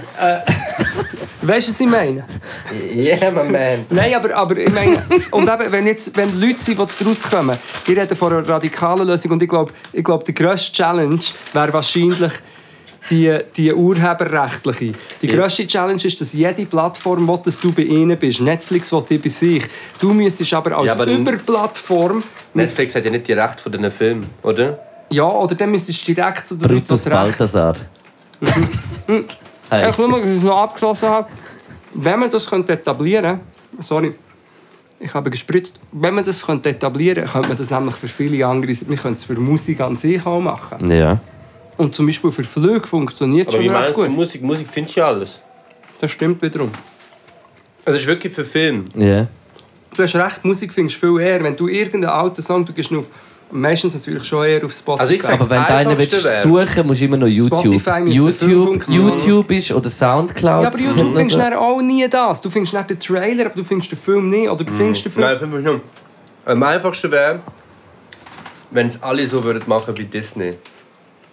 S3: Weißt du, was ich meine?
S4: Yeah, my man.
S3: Nein, aber, aber ich meine, und eben, wenn, jetzt, wenn Leute sind, die rauskommen, die reden von einer radikalen Lösung und ich glaube, ich glaube die grösste Challenge wäre wahrscheinlich die, die urheberrechtliche. Die grösste Challenge ist, dass jede Plattform will, dass du bei ihnen bist. Netflix will dich bei sich. Du müsstest aber als
S5: Ja, aber-
S3: Überplattform...
S5: Netflix hat ja nicht die Rechte von diesen Filmen, oder?
S3: Ja, oder dann müsstest du direkt zu den Leuten, die
S2: Brutus
S3: das Recht
S2: Balthasar.
S3: Hm. Ja,
S2: Hey,
S3: Ich will mal, dass ich es noch abgeschlossen habe. Wenn man das könnte etablieren sorry, ich habe gespritzt, wenn man das könnte etablieren könnte, man das nämlich für viele andere, wir können es für Musik an sich auch machen.
S2: ja.
S3: Und zum Beispiel für Flüge funktioniert es
S5: Aber
S3: schon
S5: wie
S3: recht
S5: meinst du,
S3: gut.
S5: Musik, Musik findest du ja alles.
S3: Das stimmt wiederum.
S5: Also es ist wirklich für Film.
S2: Ja.
S3: Du hast recht, Musik findest du viel eher. Wenn du irgendeinen alten Song, du gehst nur auf, meistens natürlich schon eher auf Spotify.
S5: Also ich sag-
S2: Aber wenn du einen willst
S5: Einfachste wäre-
S2: suchen, musst du immer noch YouTube.
S3: Spotify müsste
S2: YouTube,
S3: 5.0.
S2: YouTube ist oder Soundcloud. also-
S3: ja, aber YouTube findest du dann auch nie das. Du findest nicht den Trailer, aber du findest den Film nicht. Oder du findest den Film.
S5: Hm. Nein, fünf Minuten. Am einfachsten wäre, wenn es alle so würden machen wie Disney.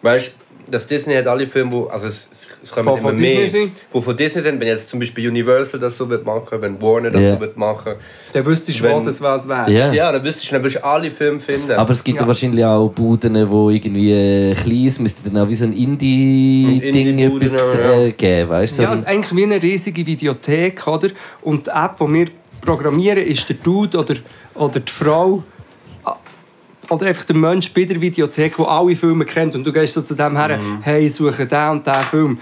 S5: Weißt du, dass Disney hat alle Filme, wo, also es, es kommen
S3: Von-
S5: immer
S3: von
S5: mehr,
S3: Disney sind?
S5: wo von Disney sind. Wenn jetzt zum Beispiel Universal das so wird machen, wenn Warner das
S2: Ja.
S5: so wird machen.
S3: Dann wüsstest du,
S5: Wenn-
S3: wo das was wäre.
S2: Ja.
S5: Ja, dann wüsstest du, dann würdest du alle Filme finden.
S2: Aber es gibt ja.
S3: Ja.
S2: wahrscheinlich auch Buden, wo irgendwie äh, klein ist, müsste dann auch wie so ein Indie-Ding
S5: Indie-Bude,
S2: etwas äh, geben, weißt du?
S3: Ja, also
S2: So
S3: es ist
S2: ein-
S3: eigentlich wie eine riesige Videothek, oder? Und die App, die wir programmieren, ist der Dude oder, oder die Frau ah, oder einfach der Mensch bei der Videothek, der alle Filme kennt. Und du gehst so zu dem her,
S5: Mhm.
S3: hey, suche den und den Film.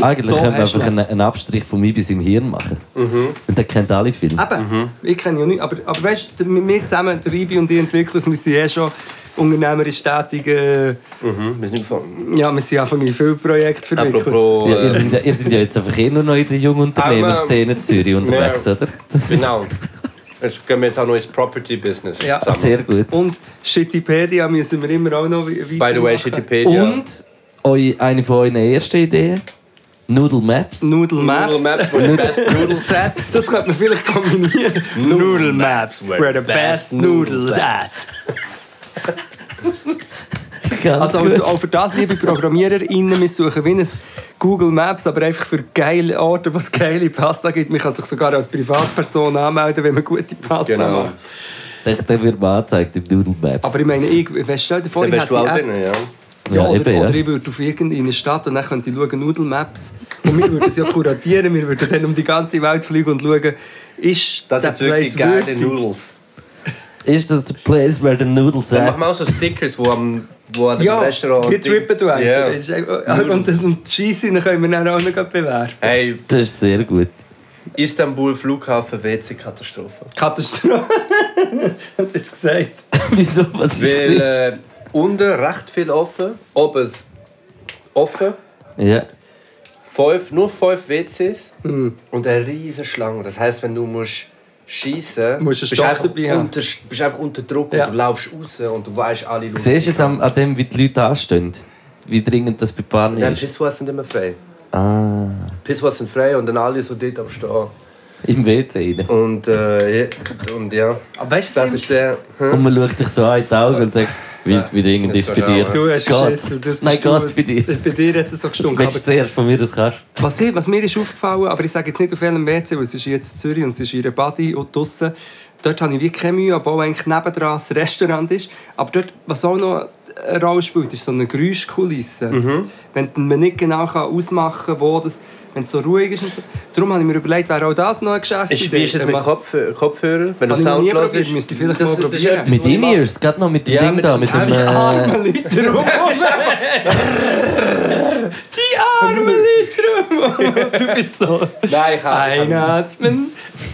S2: Eigentlich
S3: da
S2: können wir
S3: hast du Mhm.
S2: einfach einen, einen Abstrich von Ibis im Hirn machen. Und der kennt alle Filme.
S3: Eben,
S5: Mhm.
S3: ich kenne ja nicht. Aber, aber weißt du, wir zusammen, der Ibi und die Entwickler, wir sind eh schon unternehmerisch tätig. äh,
S5: Mhm, wir sind nicht von-
S3: Ja, wir sind einfach in vielen Projekten verwickelt.
S5: Apropos.
S2: Ja, ihr,
S5: Äh,
S2: sind ja, ihr sind ja jetzt einfach eh nur noch in der jungen Unternehmerszene in Zürich unterwegs, oder? Das ist
S5: genau. Jetzt gehen wir jetzt auch noch ins Property-Business.
S3: Ja.
S5: zusammen.
S2: sehr gut.
S3: Und Shittypedia müssen wir immer auch noch weiter
S5: By the way, Shittypedia.
S2: Und eu, eine von euren ersten Ideen, Noodle Maps.
S3: Noodle
S5: Noodle
S3: Maps.
S5: Maps, where the best noodles at.
S3: Das könnte man vielleicht kombinieren.
S5: Noodle Maps,
S3: Where the best noodles at.
S2: Ganz
S3: Also
S2: gut.
S3: auch, auch für das, liebe ProgrammiererInnen, wir suchen wie ein Google Maps, aber einfach für geile Orte, wo es geile Pasta gibt. Man kann sich sogar als Privatperson anmelden, wenn man gute Pasta
S5: Genau.
S3: macht.
S2: Der, der wird mal angezeigt im Doodle Maps.
S3: Aber ich meine, ich, weißt, stell dir vor,
S5: Dann
S3: ich
S5: bist
S3: hätte
S5: du auch
S3: die App-
S5: drin, ja.
S2: ja,
S3: Ja, oder,
S2: eben, ja.
S3: oder ich würde auf irgendeine Stadt und dann könnte ich schauen, Noodle Maps. Und wir würden es ja kuratieren, wir würden dann um die ganze Welt fliegen und schauen, ist
S5: Das
S3: der
S5: sind wirklich
S3: Place
S5: geile
S3: wirklich-
S5: Noodles.
S2: Ist das der Place where the Noodles
S5: Dann
S2: at?
S5: machen wir auch so Stickers, wo am wo an dem
S3: Ja,
S5: Restaurant.
S3: wir trippen du eins.
S5: Ja.
S3: Das ist einfach- Und, und die Scheisse dann können wir dann auch noch gleich bewerben.
S5: Hey,
S2: Das ist sehr gut.
S5: Istanbul Flughafen WC Katastrophe.
S3: Katastrophe. das ist gesagt.
S2: Wieso? Was ist
S5: Weil
S2: das?
S5: äh, unten recht viel offen, oben s- offen,
S2: Ja.
S5: fünf, nur fünf WCs
S3: Mhm.
S5: und eine riesige Schlange. Das heißt, wenn du musst schießen,
S3: Musst du einen
S5: bist
S3: Stock
S5: einfach
S3: dabei haben.
S5: unter, bist einfach unter Druck
S3: Ja.
S5: und du laufst raus und du weißt alle Leute.
S2: Siehst du es an, an dem, wie die Leute anstehen? Wie dringend das bei Paaren
S5: Nein,
S2: ist?
S5: Pissoirs sind immer frei.
S2: Ah.
S5: Pissoirs sind frei und dann alle so dort am Stehen.
S2: Im WC rein.
S5: Und, äh, ja, und ja,
S3: Aber weißt du,
S5: das ist der...
S2: Und man schaut dich so an in die Augen und sagt, wie, wie dringend
S5: jetzt
S2: ist bei
S5: kannst
S2: dir?
S3: du hast
S2: Gott.
S3: geschissen. Das bist
S2: Nein,
S3: du.
S2: geht's bei dir?
S3: Bei dir hat es so gestunken.
S2: Willst du
S3: Aber
S2: zuerst von mir, das kannst
S3: was, ich, was mir ist aufgefallen, aber ich sage jetzt nicht auf welchem WC, weil es ist jetzt Zürich und es ist ihre Body und draussen. Dort habe ich wirklich keine Mühe, obwohl eigentlich nebendran das Restaurant ist. Aber dort, was auch noch eine Rolle spielt, ist so eine Geräuschkulisse.
S5: Mhm.
S3: Wenn man nicht genau kann ausmachen kann, wo das... Wenn es so ruhig ist und so. Darum habe ich mir überlegt, wäre auch das noch ein Geschäft.
S5: Ist, wie ist es mit Kopfhö Kopfhörer? Wenn du
S3: Habe ich noch nie
S5: Sound hörst?
S3: probiert, müsste ich vielleicht
S5: Das-
S3: mal
S5: das ist
S3: probieren.
S5: etwas,
S2: du? Mit
S5: was ich mache.
S2: In-Ears, gerade noch mit dem
S5: Ja,
S2: Ding
S5: mit
S2: da,
S5: dem
S2: mit dem...
S5: Teil.
S2: Äh,
S3: armen Leute rum. Die armen Leute rum. Du bist so.
S5: Nein, ich kann nicht.
S3: Einatmen,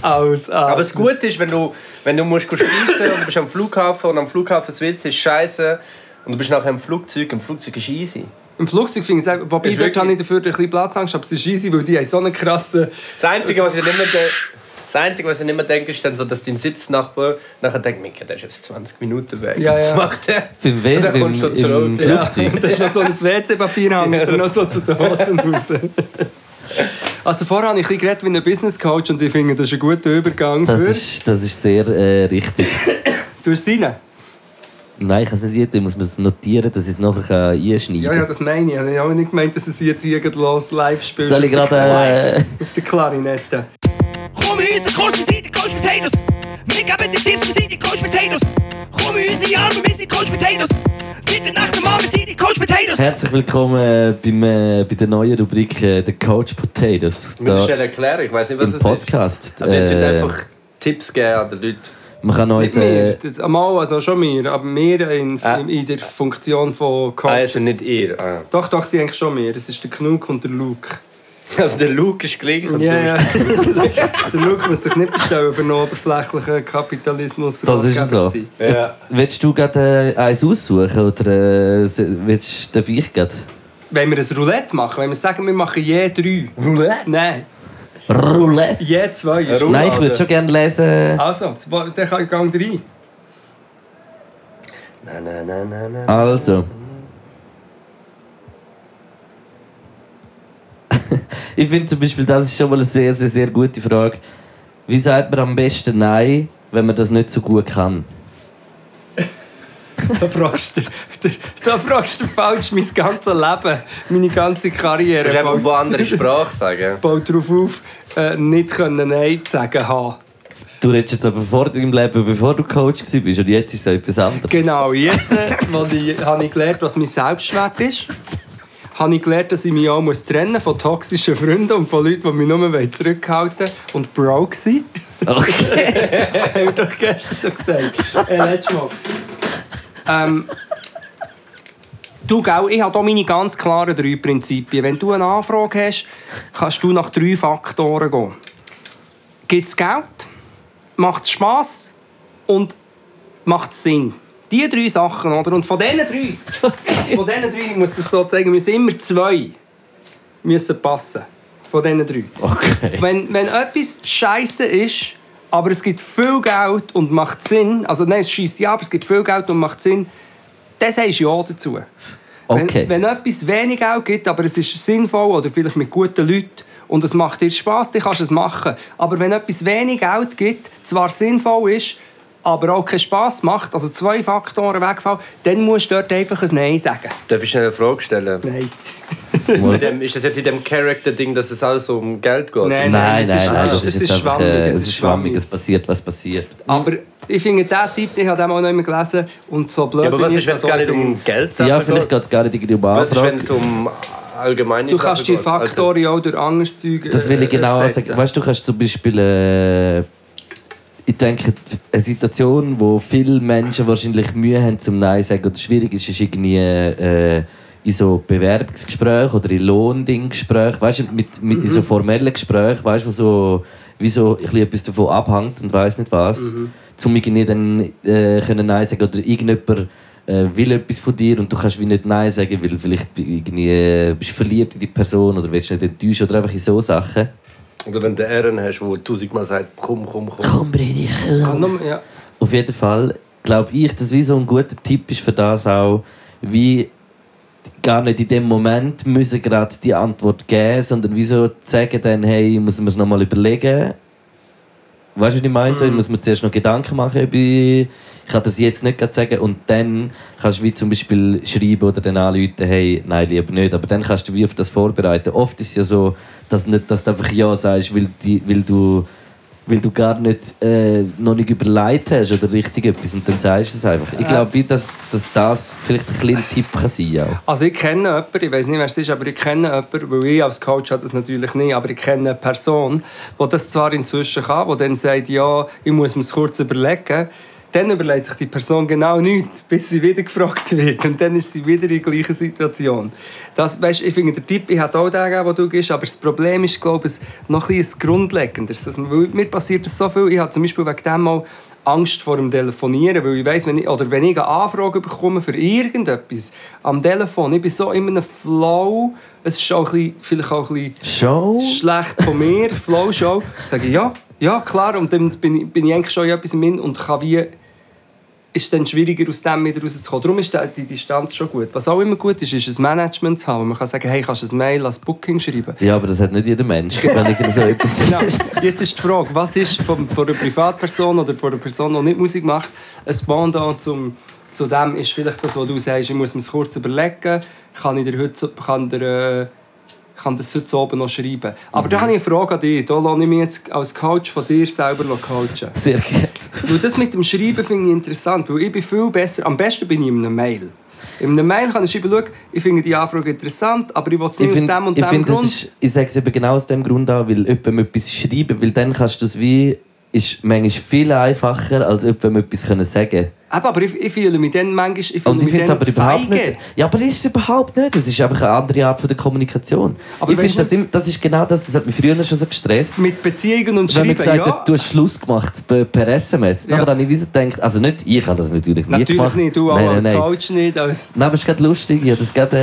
S3: ausatmen.
S5: Aber das Gute ist, wenn du, wenn du musst schiessen und du bist am Flughafen und am Flughafen das Witz ist scheiße und du bist nachher im Flugzeug, im Flugzeug ist easy.
S3: Im Flugzeug finde ich es auch- Wobei,
S5: Ist
S3: dort
S5: wirklich-
S3: habe ich dafür ein bisschen Platzangst, aber es ist easy, weil die haben so einen krassen.
S5: Das Einzige, was ich nicht mehr, de- das Einzige, was ich nicht mehr denke, ist dann so, dass dein Sitznachbar nachher denkt, Mika, der ist jetzt 20 Minuten weg.
S3: Ja,
S5: Was
S3: ja.
S5: macht der?
S2: beim
S5: Und
S2: WC,
S5: dann
S2: im,
S5: kommst du so
S2: im
S5: zurück.
S3: Ja,
S2: Flugzeug.
S3: da ist noch so ein WC-Papier hang und dann noch so zu den Hosen raus. Also vorher habe ich ein bisschen geredet wie ein Business Coach und ich finde, das ist ein guter Übergang
S2: Das
S3: für...
S2: ist, das ist sehr äh, richtig.
S3: Du hast seinen?
S2: Nein, ich kann es nicht irgendwie, muss man es notieren, dass ich es nachher einschneiden
S3: Ja,
S2: kann.
S3: ja, das meine ich. Ich habe auch nicht gemeint, dass es jetzt irgendlos live spielt.
S2: Soll ich gerade... Äh,
S3: Auf der Klarinette.
S6: Komm in unseren Kurs, wir sind die Coach Potatoes. Wir geben dir Tipps, wir sind die Coach Potatoes. Komm in unsere Arme, wir sind Coach Potatoes. Bitte nach dem Mann, wir sind die Coach Potatoes.
S2: herzlich willkommen äh, beim, äh, bei der neuen Rubrik äh, «The Coach Potatoes».
S5: Mit
S2: Da,
S5: einer Erklärung, ich weiß nicht, was
S2: Im
S5: es ist.
S2: Podcast.
S5: Also, ihr tut
S2: äh,
S5: einfach Tipps geben an den Leuten.
S2: man kann
S3: Nicht
S2: uns...
S3: mehr.
S2: Äh,
S3: Das, mal, also schon mehr. Aber mehr in,
S5: Äh.
S3: in der Funktion von Coaches.
S5: Ah, also nicht ihr. Ah.
S3: Doch, doch, sie eigentlich schon mehr. Es ist der Knuck und der Luke.
S5: Also, der Luke ist gleich. und
S3: Ja,
S5: du
S3: ja. der Luke muss sich nicht bestellen für einen oberflächlichen Kapitalismus.
S2: Das ist so.
S3: Ratgeber zu sein.
S5: bist- Ja.
S2: Willst du gerade äh, eins aussuchen oder äh, se- willst, darf ich gerade?
S3: Wenn wir ein Roulette machen, wenn wir sagen, wir machen je drei.
S5: Roulette?
S3: Nein,
S2: Roulette?
S3: je zwei. Ist
S5: Roulette.
S2: Nein, ich würde schon gerne lesen.
S3: also, zwei- dann kann ich Gang drei.
S5: Nein, nein, nein, nein, nein.
S2: Also. ich finde zum Beispiel, das ist schon mal eine sehr, sehr, sehr gute Frage. Wie sagt man am besten Nein, wenn man das nicht so gut kann?
S3: Da fragst du, da, da fragst du falsch mein ganzes Leben, meine ganze Karriere.
S5: Du musst einfach
S3: Baut-
S5: von andere Sprache sagen.
S3: baut darauf auf, äh, nicht können Nein zu sagen haben.
S2: Du redest jetzt aber vor deinem Leben, bevor du Coach warst und jetzt ist es etwas anderes.
S3: Genau, jetzt äh, wo ich, habe ich gelernt, was mein Selbstwert ist. Habe ich gelernt, dass ich mich auch muss trennen muss von toxischen Freunden und von Leuten, die mich nur wollen zurückhalten und broke sind.
S2: Okay.
S3: Haben wir doch gestern schon gesagt. Äh, letztes Mal. Ähm, du, gell, ich habe hier meine ganz klaren drei Prinzipien. Wenn du eine Anfrage hast, kannst du nach drei Faktoren gehen. Gibt es Geld? Macht es Spass? Und macht es Sinn? Die drei Sachen, oder? Und von diesen drei, von diesen drei, ich muss das so zeigen, müssen immer zwei müssen passen. Von diesen drei.
S2: okay.
S3: Wenn, wenn etwas scheiße ist, aber es gibt viel Geld und macht Sinn, also nein, es schießt ja, aber es gibt viel Geld und macht Sinn, dann sagst du ja dazu.
S2: Okay.
S3: Wenn, wenn etwas wenig Geld gibt, aber es ist sinnvoll oder vielleicht mit guten Leuten und es macht dir Spass, dann kannst du es machen. Aber wenn etwas wenig Geld gibt, zwar sinnvoll ist, aber auch keinen Spass macht, also zwei Faktoren wegfallen, dann musst du dort einfach ein Nein sagen.
S5: Darf ich schnell eine Frage stellen?
S3: Nein.
S5: Ist in dem- Ist das jetzt in dem Character-Ding, dass es alles so um Geld geht?
S3: Nein.
S2: Nein, nein,
S3: es ist-
S2: nein,
S3: es
S2: das
S3: ist- es
S2: ist
S3: ist
S2: jetzt einfach,
S3: schwammig,
S2: äh,
S3: es
S2: es
S3: ist
S2: ist schwammig,
S3: schwammig.
S2: es passiert, was passiert.
S3: Aber ich finde, diesen Typ, den habe ich auch noch nicht mehr gelesen und so blöd
S5: Ja, aber
S3: bin
S5: was
S3: ich
S5: ist, wenn es
S3: jetzt,
S5: gar nicht
S3: also finde ich-
S5: um Geld
S2: Ja,
S5: selber
S2: vielleicht
S5: geht?
S2: geht es gar nicht irgendwie um
S5: Was ist, wenn
S2: Anfrage.
S5: es um allgemeine
S3: Du kannst die
S5: Sachen geht? Also,
S3: Faktoren ja auch durch anderes Zeug äh,
S2: Das will ich genau
S3: ersetzen.
S2: sagen. Weißt du, du kannst zum Beispiel, äh, ich denke, eine Situation, wo viele Menschen wahrscheinlich Mühe haben zum Nein sagen oder schwierig ist, ist irgendwie äh, in so Bewerbungsgesprächen oder in Lohndinggesprächen, weißt du, mit, mit in so formellen Gesprächen, weißt du, wo so wie so ein bisschen etwas davon abhängt und weiß nicht was, zum irgendwie dann äh, können Nein sagen oder irgendjemand äh, will etwas von dir und du kannst wie nicht Nein sagen, weil vielleicht irgendwie äh, bist du verliebt in die Person oder willst nicht enttäuschen oder einfach in so Sachen.
S5: Oder wenn du Ehren hast, wo tausendmal sagt, komm, komm, komm.
S2: Komm, Bredi,
S3: Ah, nur- ja.
S2: Auf jeden Fall glaube ich, dass wie so ein guter Tipp ist für das auch, wie gar nicht in dem Moment müssen gerade die Antwort geben, sondern wieso sagen dann, hey, muss man es nochmal überlegen. Weißt du, was ich meine? So, ich muss mir zuerst noch Gedanken machen, ob ich, ich kann das jetzt nicht gerade sagen und dann kannst du wie zum Beispiel schreiben oder dann anrufen, hey, nein, lieber nicht, aber dann kannst du wie auf das vorbereiten. Oft ist es ja so, dass, nicht, dass du einfach Ja sagst, weil, die, weil du weil du gar nicht äh, noch nicht überlegt hast oder richtig etwas und dann sagst du es einfach. Ich glaube, wie dass, dass das vielleicht ein kleiner Tipp kann sein kann.
S3: Also ich kenne jemanden, ich weiß nicht, wer es ist, aber ich kenne jemanden, weil ich als Coach habe das natürlich nicht, aber ich kenne eine Person, die das zwar inzwischen kann, die dann sagt, ja, ich muss mir kurz überlegen. Dann überlegt sich die Person genau nichts, bis sie wieder gefragt wird. Und dann ist sie wieder in der gleichen Situation. Das, weißt, ich finde, der Tipp, ich hätte auch den gegeben, den du gibst, aber das Problem ist, glaube ich, noch ein bisschen ein Grundlegendes. Dass man, weil mir passiert das so viel. Ich habe zum Beispiel wegen dem mal Angst vor dem Telefonieren, weil ich weiss, wenn ich, oder wenn ich eine Anfrage bekomme für irgendetwas am Telefon, ich bin so in einem Flow, es ist auch ein bisschen, vielleicht auch ein
S2: Show?
S3: bisschen schlecht von mir, Flow-Show, sage ich ja, ja klar, und dann bin ich, bin ich eigentlich schon in etwas im Sinn und kann wie, ist es dann schwieriger aus dem wieder rauszukommen. Darum ist die- die Distanz schon gut. Was auch immer gut ist, ist ein Management zu haben. Man kann sagen, hey, kannst du ein Mail als Booking schreiben?
S2: Ja, aber das hat nicht jeder Mensch, wenn ich so etwas
S3: Genau. Jetzt ist die Frage, was ist von, von einer Privatperson oder von einer Person, die nicht Musik macht, ein Pendant zum Zu dem ist vielleicht das, was du sagst, ich muss mir kurz überlegen, kann ich dir heute, so- kann dir, äh, kann das heute so oben noch schreiben. Aber
S2: Mhm.
S3: da habe ich eine Frage an dich. Da lasse ich mich jetzt als Coach von dir selber coachen.
S2: Sehr gerne.
S3: Weil das mit dem Schreiben finde ich interessant, weil ich bin viel besser, am besten bin ich in einer Mail. In einer Mail kann ich schreiben, schau, ich finde die Anfrage interessant, aber ich will es
S2: Ich
S3: nicht
S2: finde,
S3: aus dem und
S2: ich,
S3: dem
S2: find, das
S3: Grund.
S2: ist, ich sage es eben genau aus dem Grund an, weil jemandem etwas schreiben, weil dann kannst du es wie, ist manchmal viel einfacher, als jemandem etwas können sagen
S3: Eben, aber ich, ich fühle mich dann manchmal ich fühle
S2: Und ich
S3: mich
S2: finde es
S3: dann
S2: aber überhaupt
S3: feige.
S2: nicht. Ja, aber ist es überhaupt nicht. Es ist einfach eine andere Art von der Kommunikation.
S3: Aber
S2: ich
S3: weißt
S2: finde, das,
S3: du-
S2: im- das ist genau das, das hat mich früher schon so gestresst.
S3: Mit Beziehungen und
S2: Wenn
S3: Schreiben,
S2: man gesagt
S3: ja.
S2: hat, du hast Schluss gemacht per per SMS,
S3: Ja.
S2: dann habe ich wie so gedacht, also nicht, ich habe das natürlich, nie
S3: Natürlich
S2: gemacht.
S3: nicht, du auch
S2: Nein,
S3: als
S2: nein, nein.
S3: Coach nicht. Als
S2: Nein, aber es ist gerade lustig. Ich habe das gerade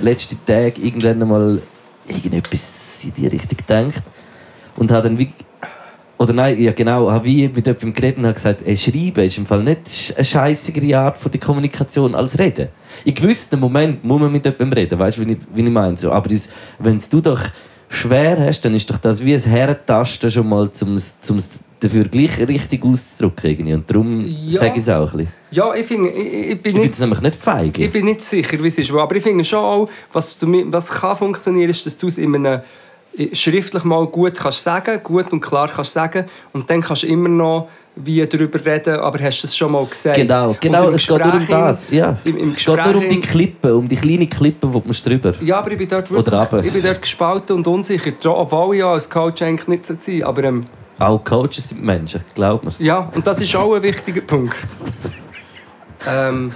S2: äh, letzte Tag irgendwann mal irgendetwas in die Richtung gedacht. Und habe dann wie. Oder nein, ja genau, habe wie mit jemandem geredet und habe gesagt, ey, schreiben ist im Fall nicht eine scheissigere Art von der Kommunikation als reden. In gewissen Moment muss man mit jemandem reden, weißt du, wie ich, wie ich meine? So. Aber das- wenn es du doch schwer hast, dann ist doch das wie ein Herentasten schon mal, um es dafür gleich richtig auszudrücken. Irgendwie. Und darum
S3: Ja.
S2: sage ich es auch ein bisschen.
S3: ja, ich, finde, ich, ich bin
S2: Ich finde
S3: nicht
S2: es nämlich nicht feige.
S3: Ich bin nicht sicher, wie es ist. Aber ich finde schon auch, was, zu mir- was kann funktionieren, ist, dass du es in einem schriftlich mal gut kannst sagen, gut und klar kannst sagen und dann kannst du immer noch wie darüber reden, aber hast es schon mal gesagt.
S2: Genau,
S3: Und
S2: genau,
S3: im
S2: es geht nur um
S3: Gespräch hin-
S2: das. Ja.
S3: Im, im
S2: es geht nur
S3: Gespräch
S2: um die
S3: hin-
S2: Klippe, um die kleine Klippe, wo man drüber.
S3: ja, aber ich bin dort
S2: Oder runter.
S3: wirklich, ich bin dort gespalten und unsicher, tro- obwohl ich ja als Coach eigentlich nicht so sein, aber ähm,
S2: Auch Coaches sind Menschen, glaubt mir's.
S3: ja, und das ist auch ein wichtiger Punkt. Ähm,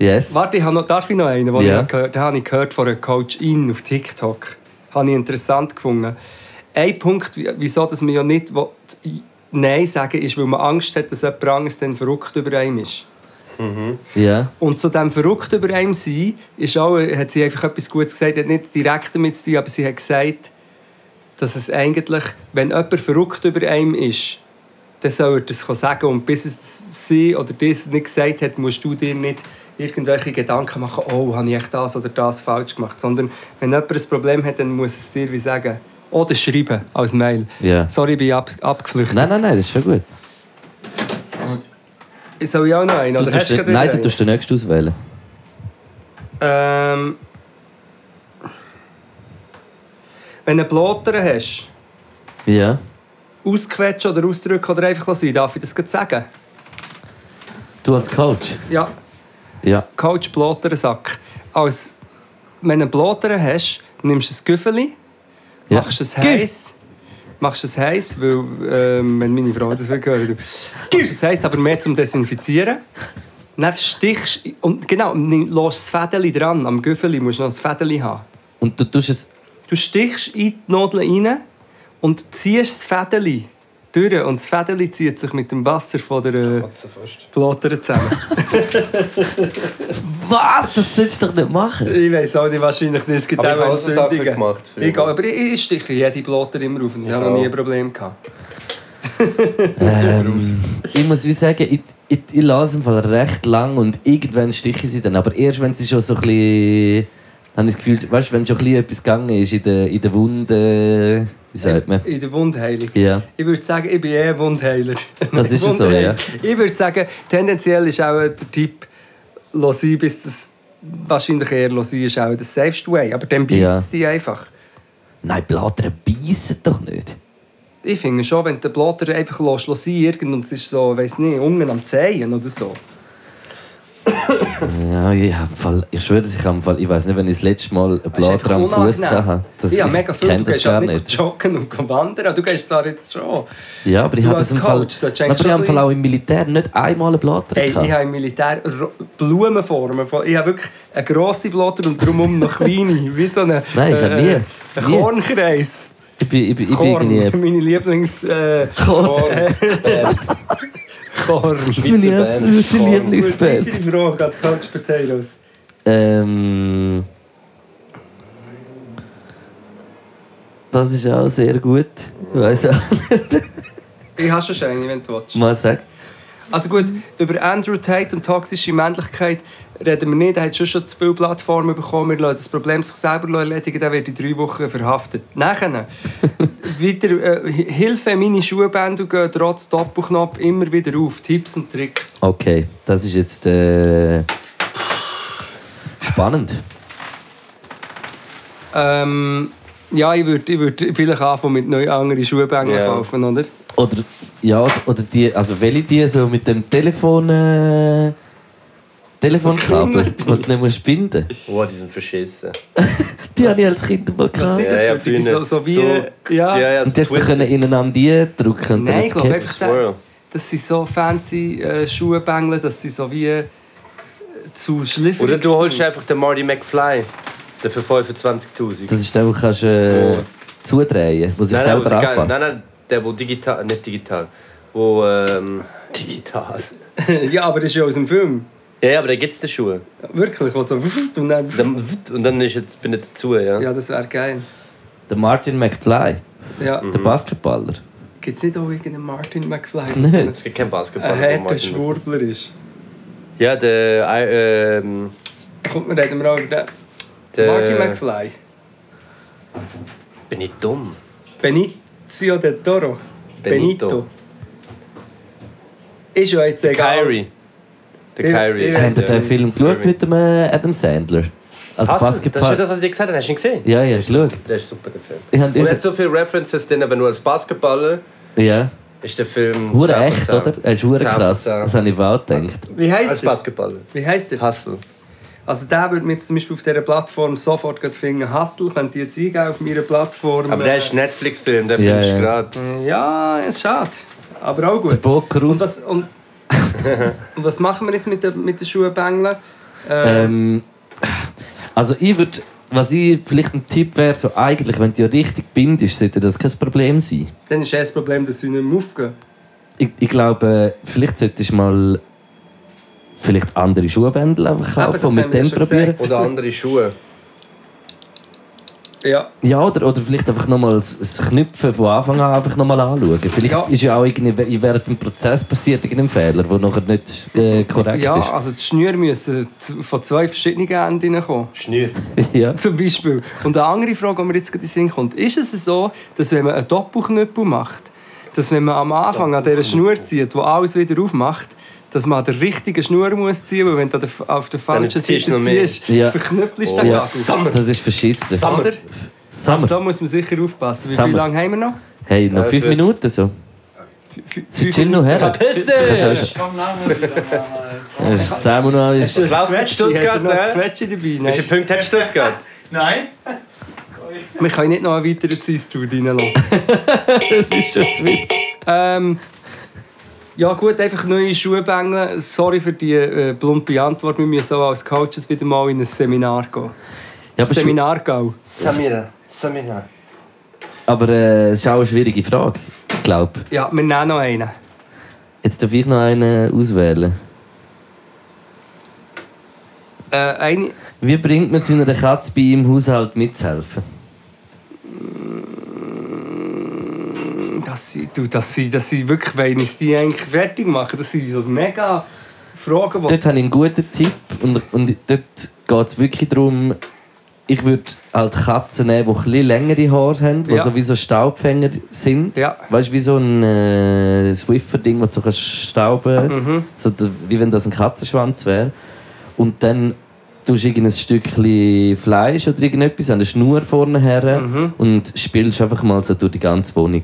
S2: Yes.
S3: Warte, ich habe noch, darf ich noch einen, den
S2: Ja.
S3: ich habe gehört, den habe ich gehört von einer Coachin auf TikTok. Habe ich interessant gefunden. Ein Punkt, wie- wieso dass man ja nicht will, Nein sagen ist, weil man Angst hat, dass jemand anderes dann verrückt über einem ist.
S2: Ja.
S3: Und zu dem verrückt über einem sein, ist auch, hat sie einfach etwas Gutes gesagt, hat nicht direkt damit zu tun, aber sie hat gesagt, dass es eigentlich, wenn jemand verrückt über einem ist, dann soll er das sagen. Und bis es sie oder das nicht gesagt hat, musst du dir nicht irgendwelche Gedanken machen, oh, habe ich echt das oder das falsch gemacht. Sondern wenn jemand ein Problem hat, dann muss es dir wie sagen. Oder schreiben als Mail.
S2: Ja.
S3: Sorry, bin ich ab, abgeflüchtet.
S2: Nein, nein, nein, das ist schon gut.
S3: Soll ich auch noch einen?
S2: Du
S3: Oder hast
S2: tust,
S3: du gerade
S2: den-
S3: wieder
S2: nein, du
S3: einen?
S2: tust den nächsten auswählen.
S3: Ähm, wenn du einen Blotter hast,
S2: Ja.
S3: ausquetschen oder ausdrücken oder einfach lassen, darf ich das gerade sagen?
S2: Du als Coach.
S3: Ja,
S2: Ja.
S3: Coach Blotter-Sack. Als, wenn du einen Blotter hast, nimmst du ein Güffeli,
S2: ja.
S3: machst es heiß. Machst es heiß, weil, ähm, wenn meine Frau das will hören, du machst es heiß, aber mehr zum Desinfizieren. Dann stichst und genau, nimm- lass das Fädeli dran. Am Güffeli musst du noch das Fädeli haben.
S2: Und du tust es.
S3: Du stichst in die Nadel rein und ziehst das Fädeli durch. Und das Fädeli zieht sich mit dem Wasser von der äh, Blotter zusammen.
S2: Was? Das sollst du doch nicht machen.
S3: ich weiß auch nicht, wahrscheinlich nicht. Es gibt
S5: Aber ich
S3: auch
S5: habe auch so Sachen
S3: Entzündungen.
S5: gemacht. früher.
S3: Egal, aber ich, ich stiche jede Blotter immer auf und ich habe noch nie ein Problem gehabt.
S2: Ähm, ich muss wie sagen, ich, ich, ich lasse im Fall recht lang und irgendwann stiche ich sie dann. Aber erst wenn sie schon so ein bisschen. Habe ich das Gefühl, weißt du, wenn schon ein bisschen etwas gegangen ist in der, in der Wunde. Wie sagt man?
S3: In der Wundheilung.
S2: Ja.
S3: Ich würde sagen, ich bin eh ein Wundheiler.
S2: Das ist es so,
S3: Wundheiler.
S2: ja.
S3: Ich würde sagen, tendenziell ist auch der Typ, lass sein, bis das wahrscheinlich eher lass sein, ist auch der safest way. Aber dann beißt
S2: Ja.
S3: es dich einfach.
S2: Nein, Blattern beißen doch nicht.
S3: Ich finde schon, wenn du den Blatter einfach lässt, lässt sein, irgend und es ist so, weiß nicht, unten am Zehen oder so.
S2: Ja, ich, hab im Fall, ich schwöre, dass ich am Fall, ich weiß nicht, wenn ich das letzte Mal einen
S3: Das ist
S2: Blatter am
S3: einfach
S2: Fuß
S3: unangenehm.
S2: hatte. Das-
S3: genau. Ich habe mega viel,
S2: kenn
S3: du
S2: das
S3: gehst
S2: gar
S3: halt nicht
S2: nicht.
S3: joggen und wandern. Du gehst zwar jetzt schon.
S2: Ja, aber ich
S3: Du
S2: habe
S3: als
S2: das im Fall,
S3: Coach solltest du
S2: aber
S3: eigentlich
S2: ich
S3: schon
S2: habe im Fall
S3: ein
S2: auch im Militär nicht einmal einen Blatter
S3: Ey, ich
S2: gehabt.
S3: habe im Militär Ro- Blumenformen. von- Ich habe wirklich eine grosse Blatter und drumherum noch kleine. Wie so eine,
S2: Nein, ich habe nie.
S3: ein
S2: Nie.
S3: Kornkreis.
S2: Ich bin, ich bin, ich bin
S3: Korn,
S2: irgendwie...
S3: meine Lieblings... Äh,
S2: Korn.
S3: Korn.
S2: Meine absolute Lieblingsband.
S3: Weitere Frage an die Coach Potatoes.
S2: Ähm... Das ist auch sehr gut. Ich weiss auch nicht.
S3: Ich habe schon eine, wenn du willst.
S2: Mal sagen.
S3: Also gut, über Andrew Tate und toxische Männlichkeit reden wir nicht. Er hat schon, schon zu viele Plattformen bekommen. Wir lassen das Problem sich selber erledigen. Er wird in drei Wochen verhaftet. Nachher wieder äh, Hilfe, meine Schuhbänder gehen trotz Doppelknopf immer wieder auf. Tipps und Tricks.
S2: Okay, das ist jetzt äh, spannend.
S3: Ähm, ja, ich würde ich würd vielleicht anfangen mit neuen anderen Schuhbändern
S5: Ja.
S3: kaufen, oder?
S2: Oder ja, oder die, also welche die so mit dem Telefon äh, Telefonkabel, das du nicht musst binden.
S5: Oh, die sind verschissen.
S2: Die habe ich als Kind mal
S3: Was sind
S2: gehabt.
S3: das
S5: Ja, ja,
S3: für Dinge? So,
S5: früher.
S3: so wie...
S5: So-
S3: ja.
S5: ja,
S2: Und die hast du
S5: Twitter-
S2: können ineinander die drücken. und dann
S3: Nein, ich
S2: hat's
S3: glaube
S2: gehabt.
S3: einfach, der,
S5: Swirl.
S3: dass sie so fancy äh, Schuhe bängeln, dass sie so wie äh, zu schliffrig
S5: Oder du holst
S3: sind.
S5: einfach den Marty McFly. Der für 25.000.
S2: Das ist der, wo du kannst äh, zudrehen, wo sich
S5: wo
S2: selber
S5: sie gar-
S2: anpasst.
S5: Oh. nein, nein, der, wo digital. Nicht digital. Wo. Ähm, digital.
S3: Ja, aber das ist ja aus dem Film.
S5: Ja, ja, aber da gibt's die Schuhe.
S3: Wirklich, wo so... Und dann,
S5: Dann- Und dann ist jetzt, bin ich dazu, ja.
S3: ja, das wäre geil.
S2: Der Martin McFly,
S3: Ja.
S5: Mhm.
S2: der Basketballer.
S3: Gibt es nicht auch irgendeinen Martin McFly? der so
S2: Nicht?
S5: Es gibt kein Basketball.
S3: Ein
S5: wo
S3: harter
S5: Martin-
S3: Schwurbler ist.
S5: Ja, der. Äh, ähm,
S3: Kommt, wir reden wir auch über den.
S5: der
S3: Martin McFly.
S5: Bin ich dumm?
S3: Benicio del Toro.
S5: Benito.
S3: Ist ja jetzt egal.
S5: Kyrie. Der
S3: Ich-
S5: Kyrie.
S3: ich
S2: Habt ihr
S3: weiß
S2: den Film geschaut mit dem äh, Adam Sandler? Als
S5: Hast du- Das ist
S2: Basketballer.
S5: das, was ich dir gesagt habe. Hast du ihn gesehen?
S2: Ja, ja, schau.
S5: Der ist super, der Film.
S2: Ich hab-
S5: Und er hat so viele References drin, aber nur als Basketballer
S2: Ja,
S5: ist der Film.
S2: hure
S5: 10 von
S2: echt,
S5: 10.
S2: oder? Er ist hure
S5: 10 von
S2: krass.
S5: 10.
S2: Das habe ich auch gedacht.
S3: Wie
S5: Als
S3: heißt der?
S5: Basketballer.
S3: Wie heißt der?
S5: Hustle.
S3: Also der würde mir jetzt zum Beispiel auf dieser Plattform sofort gerade finden, Hustle, könnt ihr jetzt eingeben auf meiner Plattform. Äh,
S5: Aber der ist ein Netflix-Film, der
S2: Ja,
S5: findest du
S2: ja.
S5: gerade.
S3: Ja, ist schade. Aber auch gut.
S2: Boker
S3: Und
S2: raus.
S3: was, und, und was machen wir jetzt mit den, mit den Schuhenbängeln? Äh,
S2: Ähm, also ich würde, was ich vielleicht ein Tipp wäre, so eigentlich, wenn du ja richtig bindest, sollte das kein Problem sein.
S3: Dann ist eh das Problem, dass sie nicht mehr aufgehen.
S2: Ich, ich glaube, vielleicht solltest du mal vielleicht andere Schuhbändel einfach
S3: Eben,
S2: kaufen
S3: das
S2: und
S3: haben
S2: mit
S3: wir
S2: dem
S3: schon
S2: probieren.
S3: gesagt.
S5: Oder andere Schuhe.
S3: Ja,
S2: Ja, oder, oder vielleicht einfach nochmal das Knüpfen von Anfang an einfach nochmal anschauen. Vielleicht
S3: Ja.
S2: ist ja auch irgendwie während dem Prozess passiert irgendein Fehler, der nachher nicht äh, korrekt
S3: ja
S2: ist.
S3: also die Schnüre müssen z- von zwei verschiedenen Enden kommen.
S5: Schnür.
S2: Ja.
S3: Zum Beispiel. Und eine andere Frage, die mir jetzt gerade in den Sinn kommt. Ist es so, dass wenn man einen Doppelknüppel macht, dass wenn man am Anfang an dieser Schnur zieht, die alles wieder aufmacht, dass man an der richtigen Schnur muss ziehen muss, weil wenn du an der- auf der falschen
S5: ziehst
S3: Seite
S5: du noch mehr.
S3: ziehst,
S2: Ja. Oh.
S3: verknüppelst du den
S2: ja.
S3: Nagel.
S2: Das ist verschissen.
S3: Oder? Also da
S2: Summer.
S3: muss man sicher aufpassen. Wie
S2: Summer.
S3: viel lange haben wir noch?
S2: Hey, noch
S5: Ja,
S2: fünf
S5: schön.
S2: Minuten so.
S3: Fü-
S2: Sie
S3: fünf
S2: chillen noch her.
S5: Verpiss
S2: Das
S5: dich!
S2: ist Samuel alles.
S5: Das war auf
S3: Quetschi, hat er
S5: Stuttgart,
S3: noch ein
S5: ne?
S3: Quetschi dabei?
S5: Wie viele
S3: Nein.
S5: Punkte hat Stuttgart?
S7: Nein?
S3: Wir können nicht noch einen weiteren Zeitstuhl reinlassen.
S2: Das ist schon zu wild.
S3: Ähm, ja gut, einfach neue Schuhe bängeln. Sorry für die äh, plumpe Antwort. Wir müssen auch als Coaches wieder mal in ein Seminar gehen.
S2: Ja, aber, schwi-
S3: Seminar gehen.
S5: Samira. Samira.
S2: aber äh, es ist auch eine schwierige Frage. Ich glaube.
S3: Ja, wir nehmen noch einen.
S2: Jetzt darf ich noch einen auswählen.
S3: Äh, eine
S2: Wie bringt man seiner Katze bei im Haushalt mitzuhelfen?
S3: dass, sie, du, dass, sie, dass sie wirklich wollen, dass die eigentlich fertig machen. Das sind so mega Fragen, die...
S2: Dort habe ich einen guten Tipp und, und dort geht es wirklich darum, ich würde halt Katzen nehmen, die ein bisschen längere Haare haben, die
S3: Ja.
S2: so wie so Staubfänger sind.
S3: Ja.
S2: Weißt du, wie so ein äh, Swiffer-Ding, das du kannst stauben kannst.
S3: Mhm.
S2: So, der- wie wenn das ein Katzenschwanz wäre. Und dann tust du irgendein Stückchen Fleisch oder irgendetwas an der Schnur vorne her
S3: Mhm.
S2: und spielst einfach mal so durch die ganze Wohnung.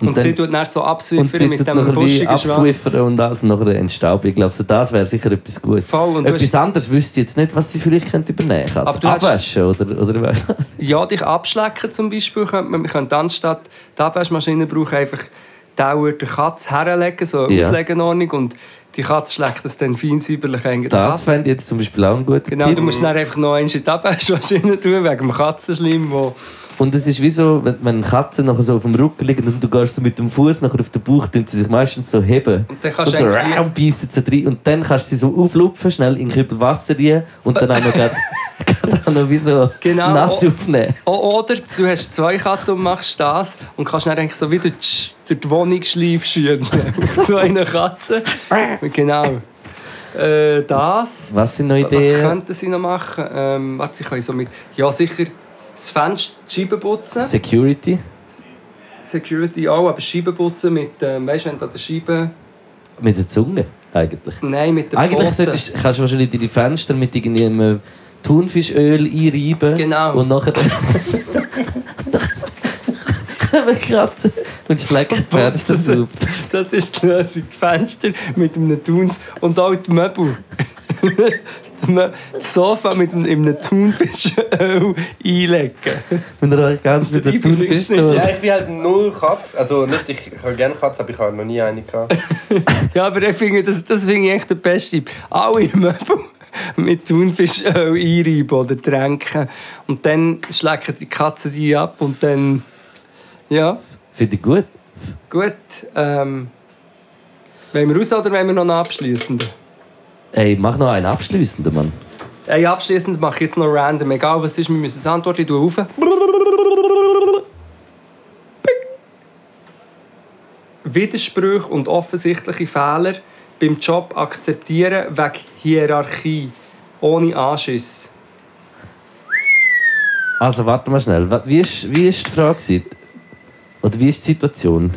S3: Und,
S2: dann-
S3: sie tut dann so
S2: und
S3: abswiffern
S2: jetzt
S3: mit
S2: nachher
S3: dem
S2: wie
S3: buschigen Schwanz.
S2: abswiffern und alles und nachher entstauben. Ich glaube, so das wäre sicher etwas Gutes.
S3: Voll, und du
S2: etwas
S3: hast-
S2: anderes wüsste ich jetzt nicht, was sie vielleicht könnte übernehmen könnte.
S3: Aber
S2: Also
S3: du hast-
S2: abwaschen oder, oder was?
S3: Ja, dich abschlecken zum Beispiel könnte man. Man könnte anstatt die Abwaschmaschine brauchen, einfach die Dauer der Katze herlegen, so eine
S2: Ja.
S3: Auslegenordnung. Und die Katze schlägt das dann fein säuberlich eigentlich
S2: Das
S3: ab.
S2: fände ich jetzt zum Beispiel auch einen guten
S3: Genau,
S2: Tipp.
S3: du musst dann einfach noch eins in die Abwaschmaschine tun, wegen dem Katzenschlimm, wo...
S2: Und es ist wie so, wenn, wenn Katzen nachher so auf dem Rücken liegen und du gehst so mit dem Fuß nachher auf den Bauch, dann sie sich meistens so heben.
S3: Und dann kannst
S2: und
S3: du
S2: so
S3: eigentlich-
S2: raum, beißen sie rein. Und dann kannst du sie so auflupfen, schnell in den Kübel Wasser rein und dann auch noch grad- kann noch wie so
S3: Genau.
S2: nass aufnehmen.
S3: O- Oder du hast zwei Katzen und machst das und kannst dann eigentlich so wie durch die, durch die Wohnung schleifen auf so einer Katze. genau. Äh, das.
S2: Was sind noch
S3: Was
S2: Ideen?
S3: könnten sie noch machen? Ähm, warte, ich kann so mit... Ja, sicher das Fenster, die Scheiben putzen.
S2: Security.
S3: Security auch, aber Scheiben putzen mit... Ähm, weißt du, wenn du an der Scheibe...
S2: Mit der Zunge, eigentlich.
S3: Nein, mit der
S2: Eigentlich
S3: Pfote.
S2: solltest, kannst du wahrscheinlich deine Fenster mit irgendeinem Thunfischöl einreiben.
S3: Genau.
S2: Und nachher. kommen Katzen und schlägt die Fenster drauf.
S3: Das ist die Lösung. Die Fenster mit einem Thunfisch und auch die Möbel. Die Mö- das Sofa mit einem, einem Thunfischöl einlegen.
S2: Und dann ganz mit der
S3: Ich bin fix nicht.
S2: Thunfischöl.
S5: Ja, ich bin halt null Katz. Also nicht, ich, ich habe gerne Katz, aber ich habe noch nie eine gehabt.
S3: Ja, aber ich finde, das, das finde ich echt der beste Tipp. Alle Möbel mit Thunfischöl einreiben oder tränken. Und dann schlecken die Katzen sie ab und dann... Ja,
S2: Finde ich gut.
S3: gut. Ähm, wollen wir raus oder wollen wir noch einen abschließenden?
S2: Ey, mach noch einen abschliessenden, Mann.
S3: Hey, Äh, abschließend mache ich jetzt noch random. Egal was ist, wir müssen es antworten. Ich tue auf. Widersprüche und offensichtliche Fehler beim Job akzeptieren wegen Hierarchie. Ohne Anschiss.
S2: Also, warte mal schnell. Wa- Wie ist, wie ist die Frage? gewesen? Oder wie ist die Situation?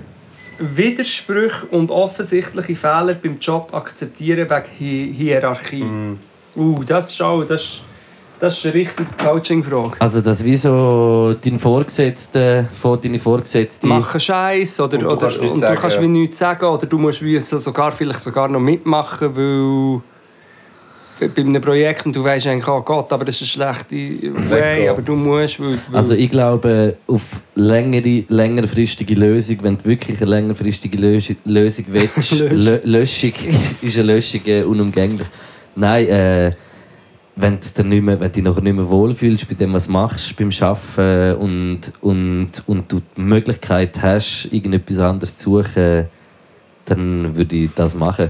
S3: Widersprüche und offensichtliche Fehler beim Job akzeptieren wegen Hi Hierarchie. Uh, das ist auch, das ist, das ist eine richtige Coaching-Frage.
S2: Also, dass wie so dein Vorgesetzter, von deine Vorgesetzte.
S3: machen Scheiß oder,
S5: Und du
S3: oder
S5: kannst nichts
S3: und du
S5: sagen,
S3: kannst
S5: ja.
S3: wie nichts sagen oder du musst wie so sogar vielleicht sogar noch mitmachen, weil bei- bei einem Projekt und du weißt eigentlich, oh Gott, aber das ist eine schlechte Way, aber du musst, weil, weil
S2: Also ich glaube, auf längere, längerfristige Lösung, wenn du wirklich eine längerfristige Lösung, Lösung willst, Lö Löschung, ist eine Löschung äh, unumgänglich. Nein, äh, wenn, du dir nicht mehr, wenn du dich nachher nicht mehr wohlfühlst bei dem, was du machst, beim Arbeiten und, und, und du die Möglichkeit hast, irgendetwas anderes zu suchen, dann würde ich das machen.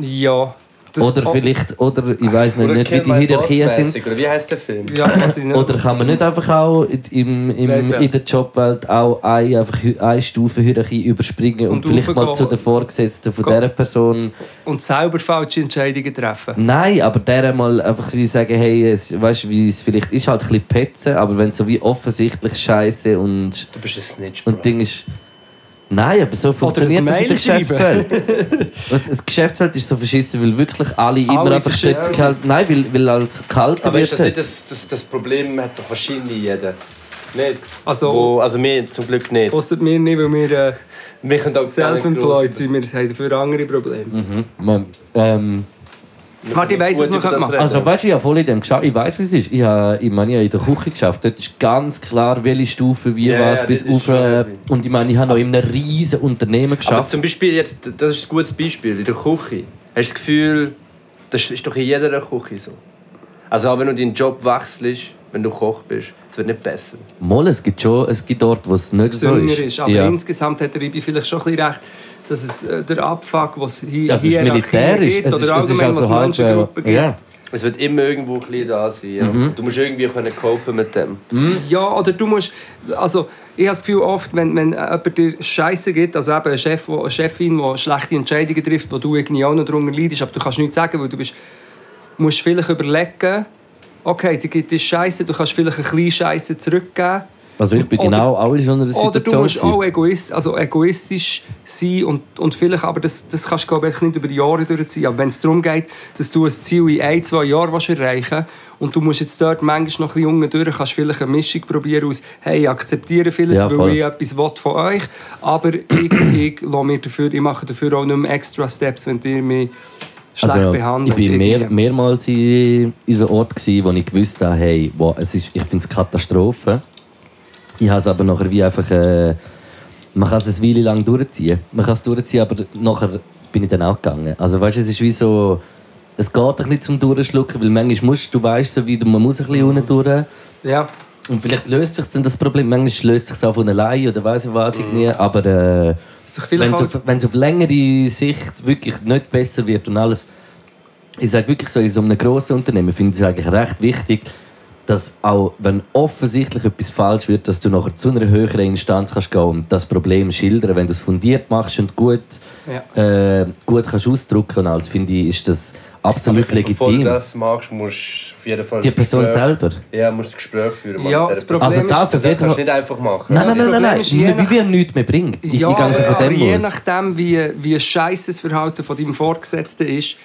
S3: ja. Das-
S2: oder
S3: oh,
S2: vielleicht, oder ich weiß nicht,
S5: Oder
S2: nicht wie
S5: Kill
S2: die
S5: My
S2: Hierarchien
S5: Boss-mäßig,
S2: sind.
S5: Oder wie heisst der Film?
S3: Ja, weiß ich nicht.
S2: Oder kann man nicht einfach auch in- im, im,
S3: Weiss wer.
S2: in der Jobwelt auch eine, einfach hü- eine Stufe Hierarchie überspringen und,
S3: Und
S2: vielleicht mal
S3: raufgehen.
S2: zu der Vorgesetzten von
S3: Go-
S2: dieser Person...
S3: und selber falsche Entscheidungen treffen.
S2: Nein, aber der mal einfach wie sagen, hey, es, weißt du, wie es vielleicht ist, halt ein bisschen petzen, aber wenn es so wie offensichtlich scheiße und,
S5: Du bist ein Snitch, Bro.
S2: und Ding ist... Nein, aber so funktioniert das in
S3: Mail
S2: der
S3: schreiben.
S2: Geschäftswelt. Und das Geschäftsweld ist so verschissen, weil wirklich alle immer
S3: Alle
S2: einfach
S3: verschissen
S2: das Gehalt... Nein, weil, weil als Gehalt
S5: Aber ist das
S2: wird-
S5: nicht das, das, das Problem, hat doch wahrscheinlich jeder. Nicht?
S3: Also-
S5: Wo, also wir zum Glück nicht.
S3: Ausser wir nicht, weil wir äh,
S5: Wir können auch
S3: self-employed sind, wir haben dafür andere Probleme.
S2: Mhm. Man- Ähm,
S3: Warte, ich weiss, was wir können machen
S2: Also weißt du, ich habe voll in dem geschafft. Ich weiß, wie es ist. Ich habe, ich meine, ich habe in der Küche geschafft. Dort ist ganz klar, welche Stufe, wie
S5: Ja,
S2: was,
S5: ja,
S2: bis
S5: das ist
S2: auf.
S5: schon
S2: äh,
S5: wirklich.
S2: Und ich meine, ich habe noch in einem riesen Unternehmen
S5: Aber
S2: geschafft.
S5: zum Beispiel jetzt, das ist ein gutes Beispiel, in der Küche. Hast du das Gefühl, das ist doch in jeder Küche so. Also auch wenn du deinen Job wechselst, wenn du Koch bist, es wird nicht besser.
S2: Mal, es gibt schon, es gibt dort, wo es nicht so
S3: gesünder
S2: ist.
S3: ist. Aber
S2: ja.
S3: insgesamt hat der Ibi vielleicht schon ein bisschen recht, dass es äh, der Abfuck, was hier
S2: Das Also, ist militärisch.
S3: gibt
S2: Es ist,
S3: oder
S2: es ist
S3: allgemein,
S2: also
S3: was
S2: halb.
S3: Menschengruppen
S2: äh,
S3: gibt.
S2: Ja.
S5: Es wird immer irgendwo ein bisschen da sein. Ja.
S2: Mhm.
S5: Du musst irgendwie können copen mit dem.
S3: Ja, oder du musst. Also, ich habe das Gefühl, oft, wenn, wenn jemand dir Scheiße gibt, also eben ein Chef, wo, eine Chefin, die schlechte Entscheidungen trifft, wo du irgendwie auch noch darunter leidest, aber du kannst nichts sagen, weil du bist, musst vielleicht überlegen, okay, sie gibt dir Scheiße, du kannst vielleicht ein bisschen Scheiße zurückgeben.
S2: Also ich bin
S3: Oder-
S2: genau auch in so einer Situation.
S3: Oder du musst
S2: gewesen.
S3: auch egoist, also egoistisch sein und, und vielleicht, aber das, das kannst du glaube ich nicht über Jahre durchziehen, aber wenn es darum geht, dass du ein Ziel in ein, zwei Jahren willst erreichen und du musst jetzt dort manchmal noch ein bisschen unten durch, kannst du vielleicht eine Mischung probieren aus, hey, ich akzeptiere vieles,
S2: Ja, voll.
S3: weil ich etwas will von euch aber ich, ich, lasse mir dafür, ich mache dafür auch nicht mehr extra Steps, wenn ihr mich schlecht behandelt.
S2: Also, Ich war mehr,
S3: irgendwie.
S2: mehrmals in, in so einem Ort, gewesen, wo ich gewusst habe, hey, wo, es ist, ich finde es Katastrophe. Ich habe es aber nachher wie einfach. Äh, man kann es eine Weile lang durchziehen. Man kann es durchziehen, aber nachher bin ich dann auch gegangen. Also weißt du, es ist wie so. Es geht ein bisschen zum Durchschlucken, weil manchmal musst du, weißt so wie du, man muss ein bisschen unten durch.
S3: Ja.
S2: Und vielleicht löst sich dann das Problem. Manchmal löst sich es auch von allein oder weiß ich was
S3: Mhm.
S2: irgendwie. Aber äh,
S3: Sich vielleicht
S2: wenn es
S3: auch-
S2: auf, wenn's auf längere Sicht wirklich nicht besser wird und alles, ich sage wirklich so, in so einem grossen Unternehmen finde ich es eigentlich recht wichtig, dass auch wenn offensichtlich etwas falsch wird, dass du nachher zu einer höheren Instanz kannst gehen und das Problem schildern, wenn du es fundiert machst und gut,
S3: Ja.
S2: äh, gut kannst ausdrücken und alles, finde ich, ist das absolut
S4: Bevor du
S2: legitim.
S4: das machst, musst du auf jeden Fall
S2: Die
S4: das
S2: Person
S4: Gespräch-
S2: selber.
S4: Ja, musst du das Gespräch führen. Mann,
S3: Ja,
S4: mit der
S3: das Problem-
S2: Also
S3: ist,
S4: Person.
S2: das
S4: Das
S2: auf jeden
S4: kannst du
S2: Fall.
S4: nicht einfach machen.
S2: Nein, nein,
S3: Das
S2: nein, nein,
S3: Problem
S2: nein.
S3: ist, je
S2: Wie
S3: nach-
S2: wie er nichts mehr bringt. Ich, ich gehe
S3: äh, aber
S2: von
S3: je
S2: dem aus.
S3: nachdem, wie, wie scheiße das Verhalten von deinem Vorgesetzten ist,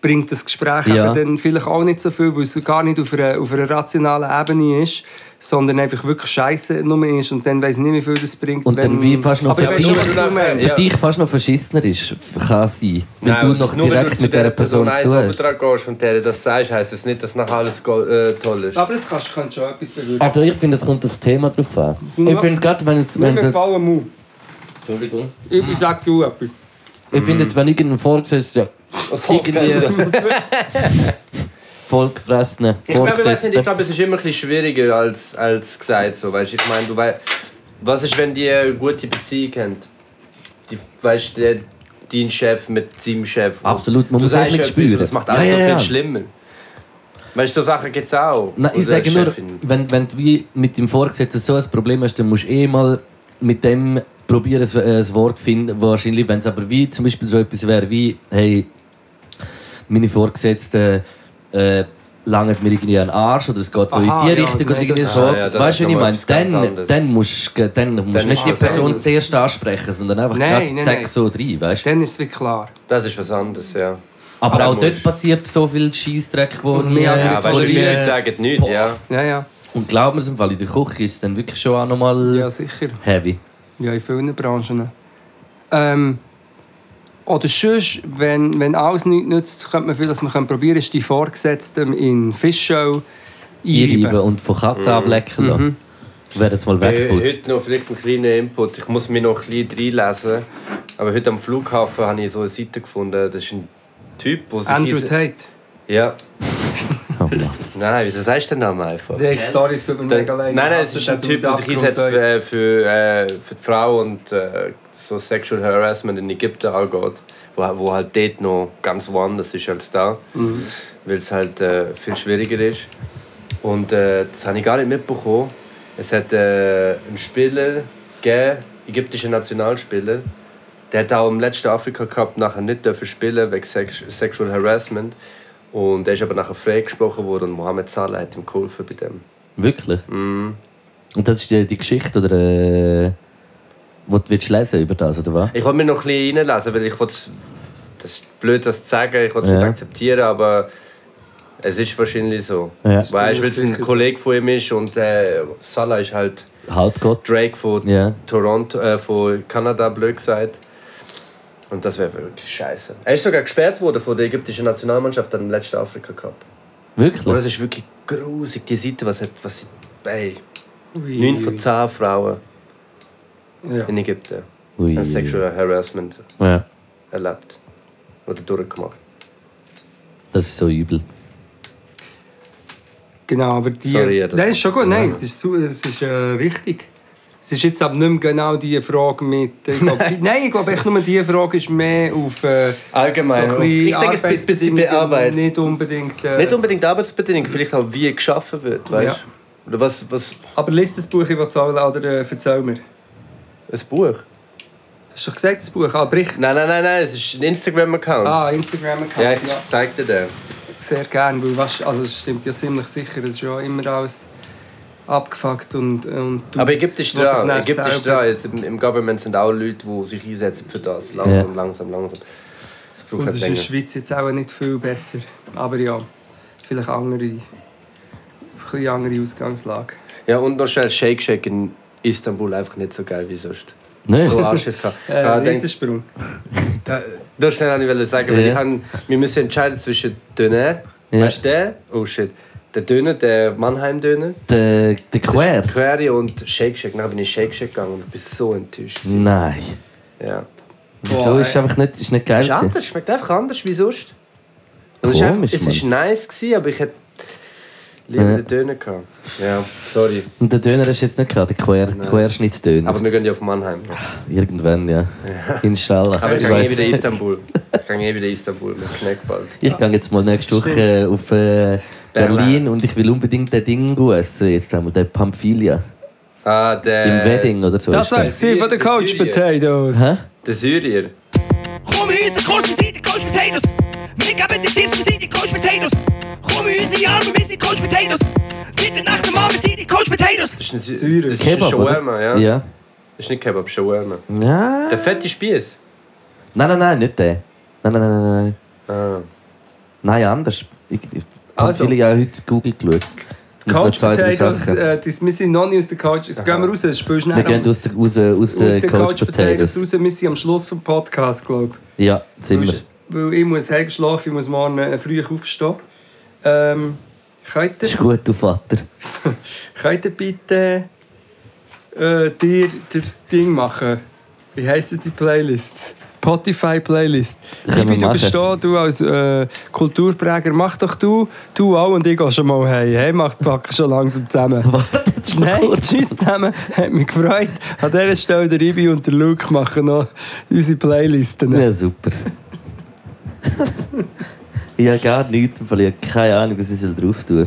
S3: bringt das Gespräch
S2: Ja.
S3: eben dann vielleicht auch nicht so viel, weil es gar nicht auf einer, auf einer rationalen Ebene ist, sondern einfach wirklich scheiße nur ist und dann weiß ich nicht, wie viel das bringt.
S2: Und dann wie fast noch
S3: aber ich weiss schon, was du meinst.
S2: Für
S4: Ja.
S2: dich fast noch verschissener ist, kann sein. Weil
S4: Nein,
S2: du
S4: und
S2: noch
S4: nur wenn
S2: direkt
S4: zu
S2: mit
S4: dieser
S2: dieser Person zu tun
S4: einen
S2: hast.
S4: Auftrag gehst und der das sagst, heisst das nicht, dass nachher alles go- äh, toll ist.
S3: Aber das kannst, könnte schon etwas bewirken.
S2: Aber ich finde, es kommt aufs Thema drauf an. Ich
S3: Ja.
S2: finde, gerade wenn es.
S3: Mir
S2: Wenn es
S3: gefallen Mut.
S2: Entschuldigung.
S3: Ich sag du etwas.
S2: Ich finde, wenn irgendein Vorgesetzter. Irgendwie. Vollgefressener
S5: Ich glaube, ich, weiss nicht, ich
S2: Vorgesetzter.
S5: glaube, es ist immer ein bisschen schwieriger als, als gesagt. So, weißt, ich meine, du weißt, was ist, wenn die eine gute Beziehung haben? Die, weißt du, der- dein Chef mit seinem Chef.
S2: Absolut, man
S5: Du
S2: muss
S5: sagst
S2: eigentlich
S5: etwas,
S2: spüren.
S5: und Das macht
S2: Ja,
S5: alles
S2: ja,
S5: noch viel
S2: ja.
S5: schlimmer. Weißt du, so Sachen gibt es auch.
S2: Nein, ich
S5: Oder
S2: sage nur,
S5: Chefin.
S2: wenn, wenn du wie mit dem Vorgesetzten so ein Problem hast, dann musst du eh mal mit dem probieren, ein, ein Wort zu finden. Wahrscheinlich, wenn es aber wie zum Beispiel so etwas wäre wie, hey, meine Vorgesetzten äh, langen mir irgendwie einen Arsch oder es geht so
S3: Aha,
S2: in die
S3: ja,
S2: Richtung
S3: nein,
S2: oder irgendwie
S3: das-
S2: so.
S5: Ah, ja,
S2: weißt
S5: das
S2: du,
S5: ist
S2: was ich
S5: nochmal
S2: meine?
S5: etwas ganz
S2: Dann,
S5: anderes.
S2: dann musst du dann musst
S5: Dann
S2: nicht die
S5: ist das
S2: Person
S5: anders.
S2: zuerst ansprechen, sondern einfach
S3: Nein,
S2: gerade
S3: nein,
S2: zack,
S3: nein.
S2: so rein, weißt du?
S3: Dann ist es wie klar.
S5: Das ist was anderes, ja.
S2: Aber
S5: dann
S2: auch dort
S5: musst-
S2: passiert so viel Scheissdreck, wo äh,
S3: Und mehr
S5: Ja,
S3: andere
S5: weißt du,
S3: Toleranz.
S5: viele sagen nichts, ja.
S3: Ja, ja.
S2: Und glaub mir, im Fall in der Küche ist es dann wirklich schon auch nochmal
S3: Ja, sicher.
S2: heavy.
S3: Ja, in vielen Branchen. Ähm, oder sonst, wenn, wenn alles nichts nützt, könnte man vielleicht, dass man kann probieren ist die Vorgesetzten in Fischschau
S2: Einreiben
S3: einreiben. Mhm.
S2: und von
S5: Mhm.
S2: Katzen ablecken lassen. Werden jetzt mal
S5: Hey,
S2: weggeputzt.
S5: Heute noch vielleicht ein kleiner Input. Ich muss mich noch ein bisschen reinlesen. Aber heute am Flughafen habe ich so eine Seite gefunden. Das ist ein Typ, der sich.
S3: Andrew
S5: in-
S3: Tate.
S5: Ja.
S2: Oh, Mann.
S5: Nein, wieso sagst du den Namen einfach?
S3: Die Storys tut mir
S5: Der-
S3: mega
S5: nein,
S3: leid.
S5: nein, es ist ein Typ, der sich einsetzt äh, für, äh, für die Frau und äh, so Sexual Harassment in Ägypten angeht. Wo, wo halt dort noch ganz woanders ist als da. Weil es halt äh, viel schwieriger ist. Und äh, das habe ich gar nicht mitbekommen. Es hat äh, einen Spieler gegeben, ägyptischer Nationalspieler, der hat auch im letzten Afrika Cup nachher nicht dürfen spielen wegen Sex Sexual Harassment. Und er ist aber nachher freigesprochen worden und Mohamed Salah hat ihm geholfen bei dem.
S2: Wirklich?
S5: Mm.
S2: Und das ist die, die Geschichte, oder, äh, wo du willst lesen über das, oder was?
S5: Ich wollte mir noch ein bisschen reinlesen, weil ich will's, das ist blöd, das zu sagen, ich wollte es
S2: Ja.
S5: nicht akzeptieren, aber es ist wahrscheinlich so.
S2: Ja.
S5: Weißt du, weil es ein Kollege von ihm ist und äh, Salah ist halt
S2: Halbgott.
S5: Drake von
S2: Ja.
S5: Toronto, äh, von Kanada, blöd gesagt. Und das wäre wirklich scheiße. Er ist sogar gesperrt worden von der ägyptischen Nationalmannschaft am letzten Afrika Cup. Und
S2: Wirklich?
S5: das ist wirklich grusig, die Seite, was hat, was sie, ey, 9 von 10 Frauen
S3: Ja.
S5: in Ägypten
S2: Ui.
S5: haben Sexual Harassment
S2: Ja,
S5: erlebt oder durchgemacht.
S2: das ist so übel.
S3: Genau, aber die.
S5: Sorry, ja, das-
S3: nein, ist schon gut. Nein, es ist, zu- es ist äh, wichtig. Es ist jetzt aber nicht mehr genau die Frage mit. Ich glaub, die, nein, ich glaube echt nur die Frage ist mehr auf. Äh,
S5: Allgemein.
S3: so ein bisschen
S5: Genau, ich denke, es ist
S3: Arbeitsbedingungen,
S5: bei Arbeit.
S3: Nicht unbedingt. Äh,
S5: Nicht unbedingt Arbeitsbedingungen, vielleicht auch wie geschaffen wird, weißt
S3: Ja.
S5: du? Oder was, was,
S3: aber lies das Buch, ich will es auch- oder äh, erzähl mir. Du
S5: ein Buch?
S3: hast doch gesagt, das Buch, Ah, aber ich.
S5: Nein, nein, nein, nein, es ist ein Instagram-Account.
S3: Ah, Instagram-Account. Ja,
S5: ja, ich zeig dir den.
S3: sehr gerne, weil was, also das stimmt ja ziemlich sicher. Es ist ja immer alles abgefuckt und. und du-
S5: Aber ägyptisch
S3: was ich
S5: dran,
S3: dann
S5: ägyptisch
S3: selber-
S5: dran. Jetzt im, Im Government sind auch Leute, die sich einsetzen für das. Langsam,
S2: Ja.
S5: langsam, langsam. Das braucht
S3: Und das
S5: halt
S3: ist in
S5: länger.
S3: der Schweiz jetzt auch nicht viel besser. Aber ja, vielleicht andere, ein bisschen andere Ausgangslage.
S5: Ja, und noch schnell Shake Shack in Istanbul, einfach nicht so geil wie sonst.
S2: Nicht?
S5: So Arsch jetzt Ah, kann.
S3: Äh,
S5: Ja, denk-
S3: Riesensprung.
S5: Da- Das schnell wollte ich wollte sagen, weil
S2: Ja.
S5: ich kann, wir müssen entscheiden zwischen Döner,
S2: Ja.
S5: weißt du den? Oh shit. Der Döner, der Mannheim-Döner,
S2: Der, der Quer?
S5: Query und Shake Shack. Dann bin ich Shake Shack gegangen und bin so enttäuscht.
S2: Nein.
S5: Ja.
S2: So ist es einfach nicht, ist nicht geil.
S5: Ist
S2: gewesen.
S5: anders, schmeckt einfach anders wie sonst. Und es ist
S2: Komisch,
S5: einfach, es ist nice, gewesen, aber ich hätte lieber
S2: Ja.
S5: den Döner gehabt. Ja, sorry.
S2: Und der Döner ist jetzt nicht klar, der Quer, Querschnittdöner.
S5: Aber wir gehen ja auf Mannheim.
S2: Irgendwann, ja. Inshallah.
S5: Aber ich
S2: Ich
S5: gehe eh
S2: weiss
S5: wieder in
S2: nicht.
S5: Istanbul. Ich gehe eh wieder in Istanbul mit Kneck bald.
S2: Ich gehe jetzt mal nächste Woche äh, auf äh, Berlin und ich will unbedingt den Ding essen. Jetzt haben wir den Pamphilia.
S5: Ah, der.
S2: Im Wedding oder so.
S3: Äh, Das
S2: ist der.
S3: war's gewesen von den Coach Potatoes.
S2: Hä?
S5: Der Syrier.
S6: Komm in unseren Kurs, wir sind die Coach Potatoes. Wir geben dir Tipps, wir sind die Coach Potatoes. Komm in unsere Arme, wir sind Coach Potatoes. Bitte nach dem Mann, wir sind die Coach Potatoes.
S5: Das ist ein Sy-
S3: Syrer.
S5: Das ist ein
S2: Kebab,
S5: Shawarma,
S2: oder?
S5: ja.
S2: ja.
S5: Das ist nicht Kebab, Shawarma.
S2: Nein.
S5: Der fette Spieß.
S2: Nein, nein, nein, nicht der. Nein, nein, nein, nein. Nein,
S5: Ah.
S2: nein anders. Ich, ich habe
S3: Also.
S2: also. ja heute Google geschaut. Muss man
S3: Coach
S2: zwei, drei
S3: Potatoes,
S2: Sachen.
S3: äh, das, wir sind noch nicht aus der Coach. Jetzt gehen wir raus, das spielst du
S2: Wir
S3: nachher
S2: gehen aus der, aus, äh, aus
S3: am- aus
S2: der Coach Potatoes.
S3: raus. Wir sind am Schluss vom Podcast, glaube
S2: Ja, sind wir.
S3: ich. Weil ich muss heim schlafen, ich muss morgen äh, früh aufstehen. Ähm, könnt ihr,
S2: Ist gut, du Vater.
S3: könnt ihr bitte äh, dir dir Ding machen? Wie heissen die Playlists? Spotify-Playlist.
S2: Können
S3: Bibi,
S2: wir
S3: du
S2: machen.
S3: bist da, du als äh, Kulturpräger, mach doch du, du auch und ich gehe schon mal heim. Hey, macht packen schon langsam zusammen.
S2: Wartet
S3: Nein, tschüss zusammen. Hat mich gefreut. An dieser Stelle der Ibi und der Luke machen noch unsere Playlisten.
S2: Ja, super. ich habe gar nichts im Fall. Ich habe keine Ahnung, was ich soll drauf tun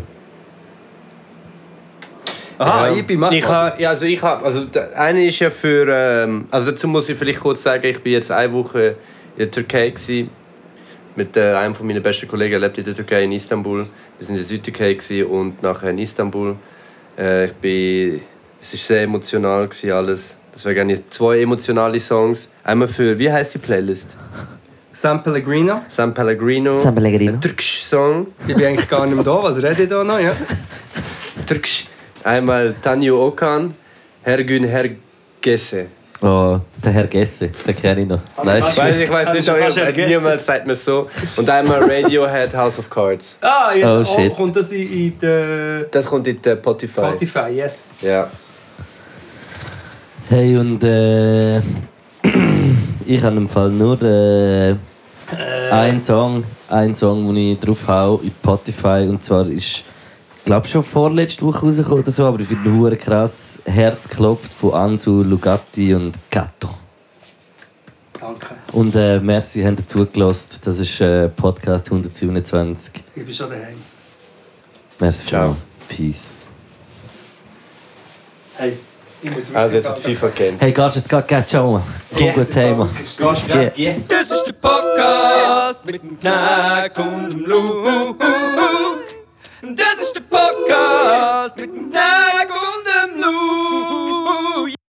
S3: Aha,
S5: Ja.
S3: Ibi, mach
S5: ich
S3: mal.
S5: ha, ja, also ich ha, also der eine ist ja für ähm, also dazu muss ich vielleicht kurz sagen, ich bin jetzt eine Woche in der Türkei gewesen, mit äh, einem von meinen besten Kollegen, er lebt in der Türkei in Istanbul. Wir sind in der Südtürkei gewesen und nachher in Istanbul. Äh, ich bin es ist sehr emotional gewesen alles. Deswegen habe ich zwei emotionale Songs. Einmal für wie heißt die Playlist?
S3: Sam Pellegrino.
S5: San Pellegrino.
S2: San Pellegrino.
S5: Ein türkischer Song.
S3: Ich bin eigentlich gar nicht mehr da. Was rede ich da noch? Ja.
S5: Türkisch. Einmal Tanju Okan, Hergün Hergese.
S2: Oh, der Herr Gesse, den kenne ich noch. Nein,
S5: Ich weiß,
S2: ist
S5: ich weiß
S3: Hab ich
S5: nicht,
S3: schon fast
S5: aber
S3: vergessen.
S5: niemals sagt man so. Und einmal Radiohead House of Cards.
S3: Ah, jetzt
S2: Oh, shit.
S3: kommt das in, in die äh,
S5: Das kommt in der Spotify.
S3: Spotify, yes.
S5: Ja.
S2: Hey, und äh, ich habe im Fall nur äh, einen Song, einen Song, den ich drauf hau in Spotify. Und zwar ist, ich glaube schon vorletzte Woche rausgekommen oder so, aber ich finde ihn hure krass. Herz klopft von Ansu, Lugatti und Gatto.
S3: Danke.
S2: Und äh, merci, haben dazu gelost. Das ist äh, Podcast 127.
S3: Ich bin schon daheim.
S2: Merci. Ciao. Peace.
S3: Hey, ich muss wirklich
S5: Also jetzt
S3: gehen.
S5: hat FIFA kennt.
S2: Hey, gehst du jetzt gerade gleich schauen? Yeah. Gutes Thema. Yeah.
S1: Das ist der Podcast mit dem Tag und dem Luke. Das ist der Podcast mit dem Tag.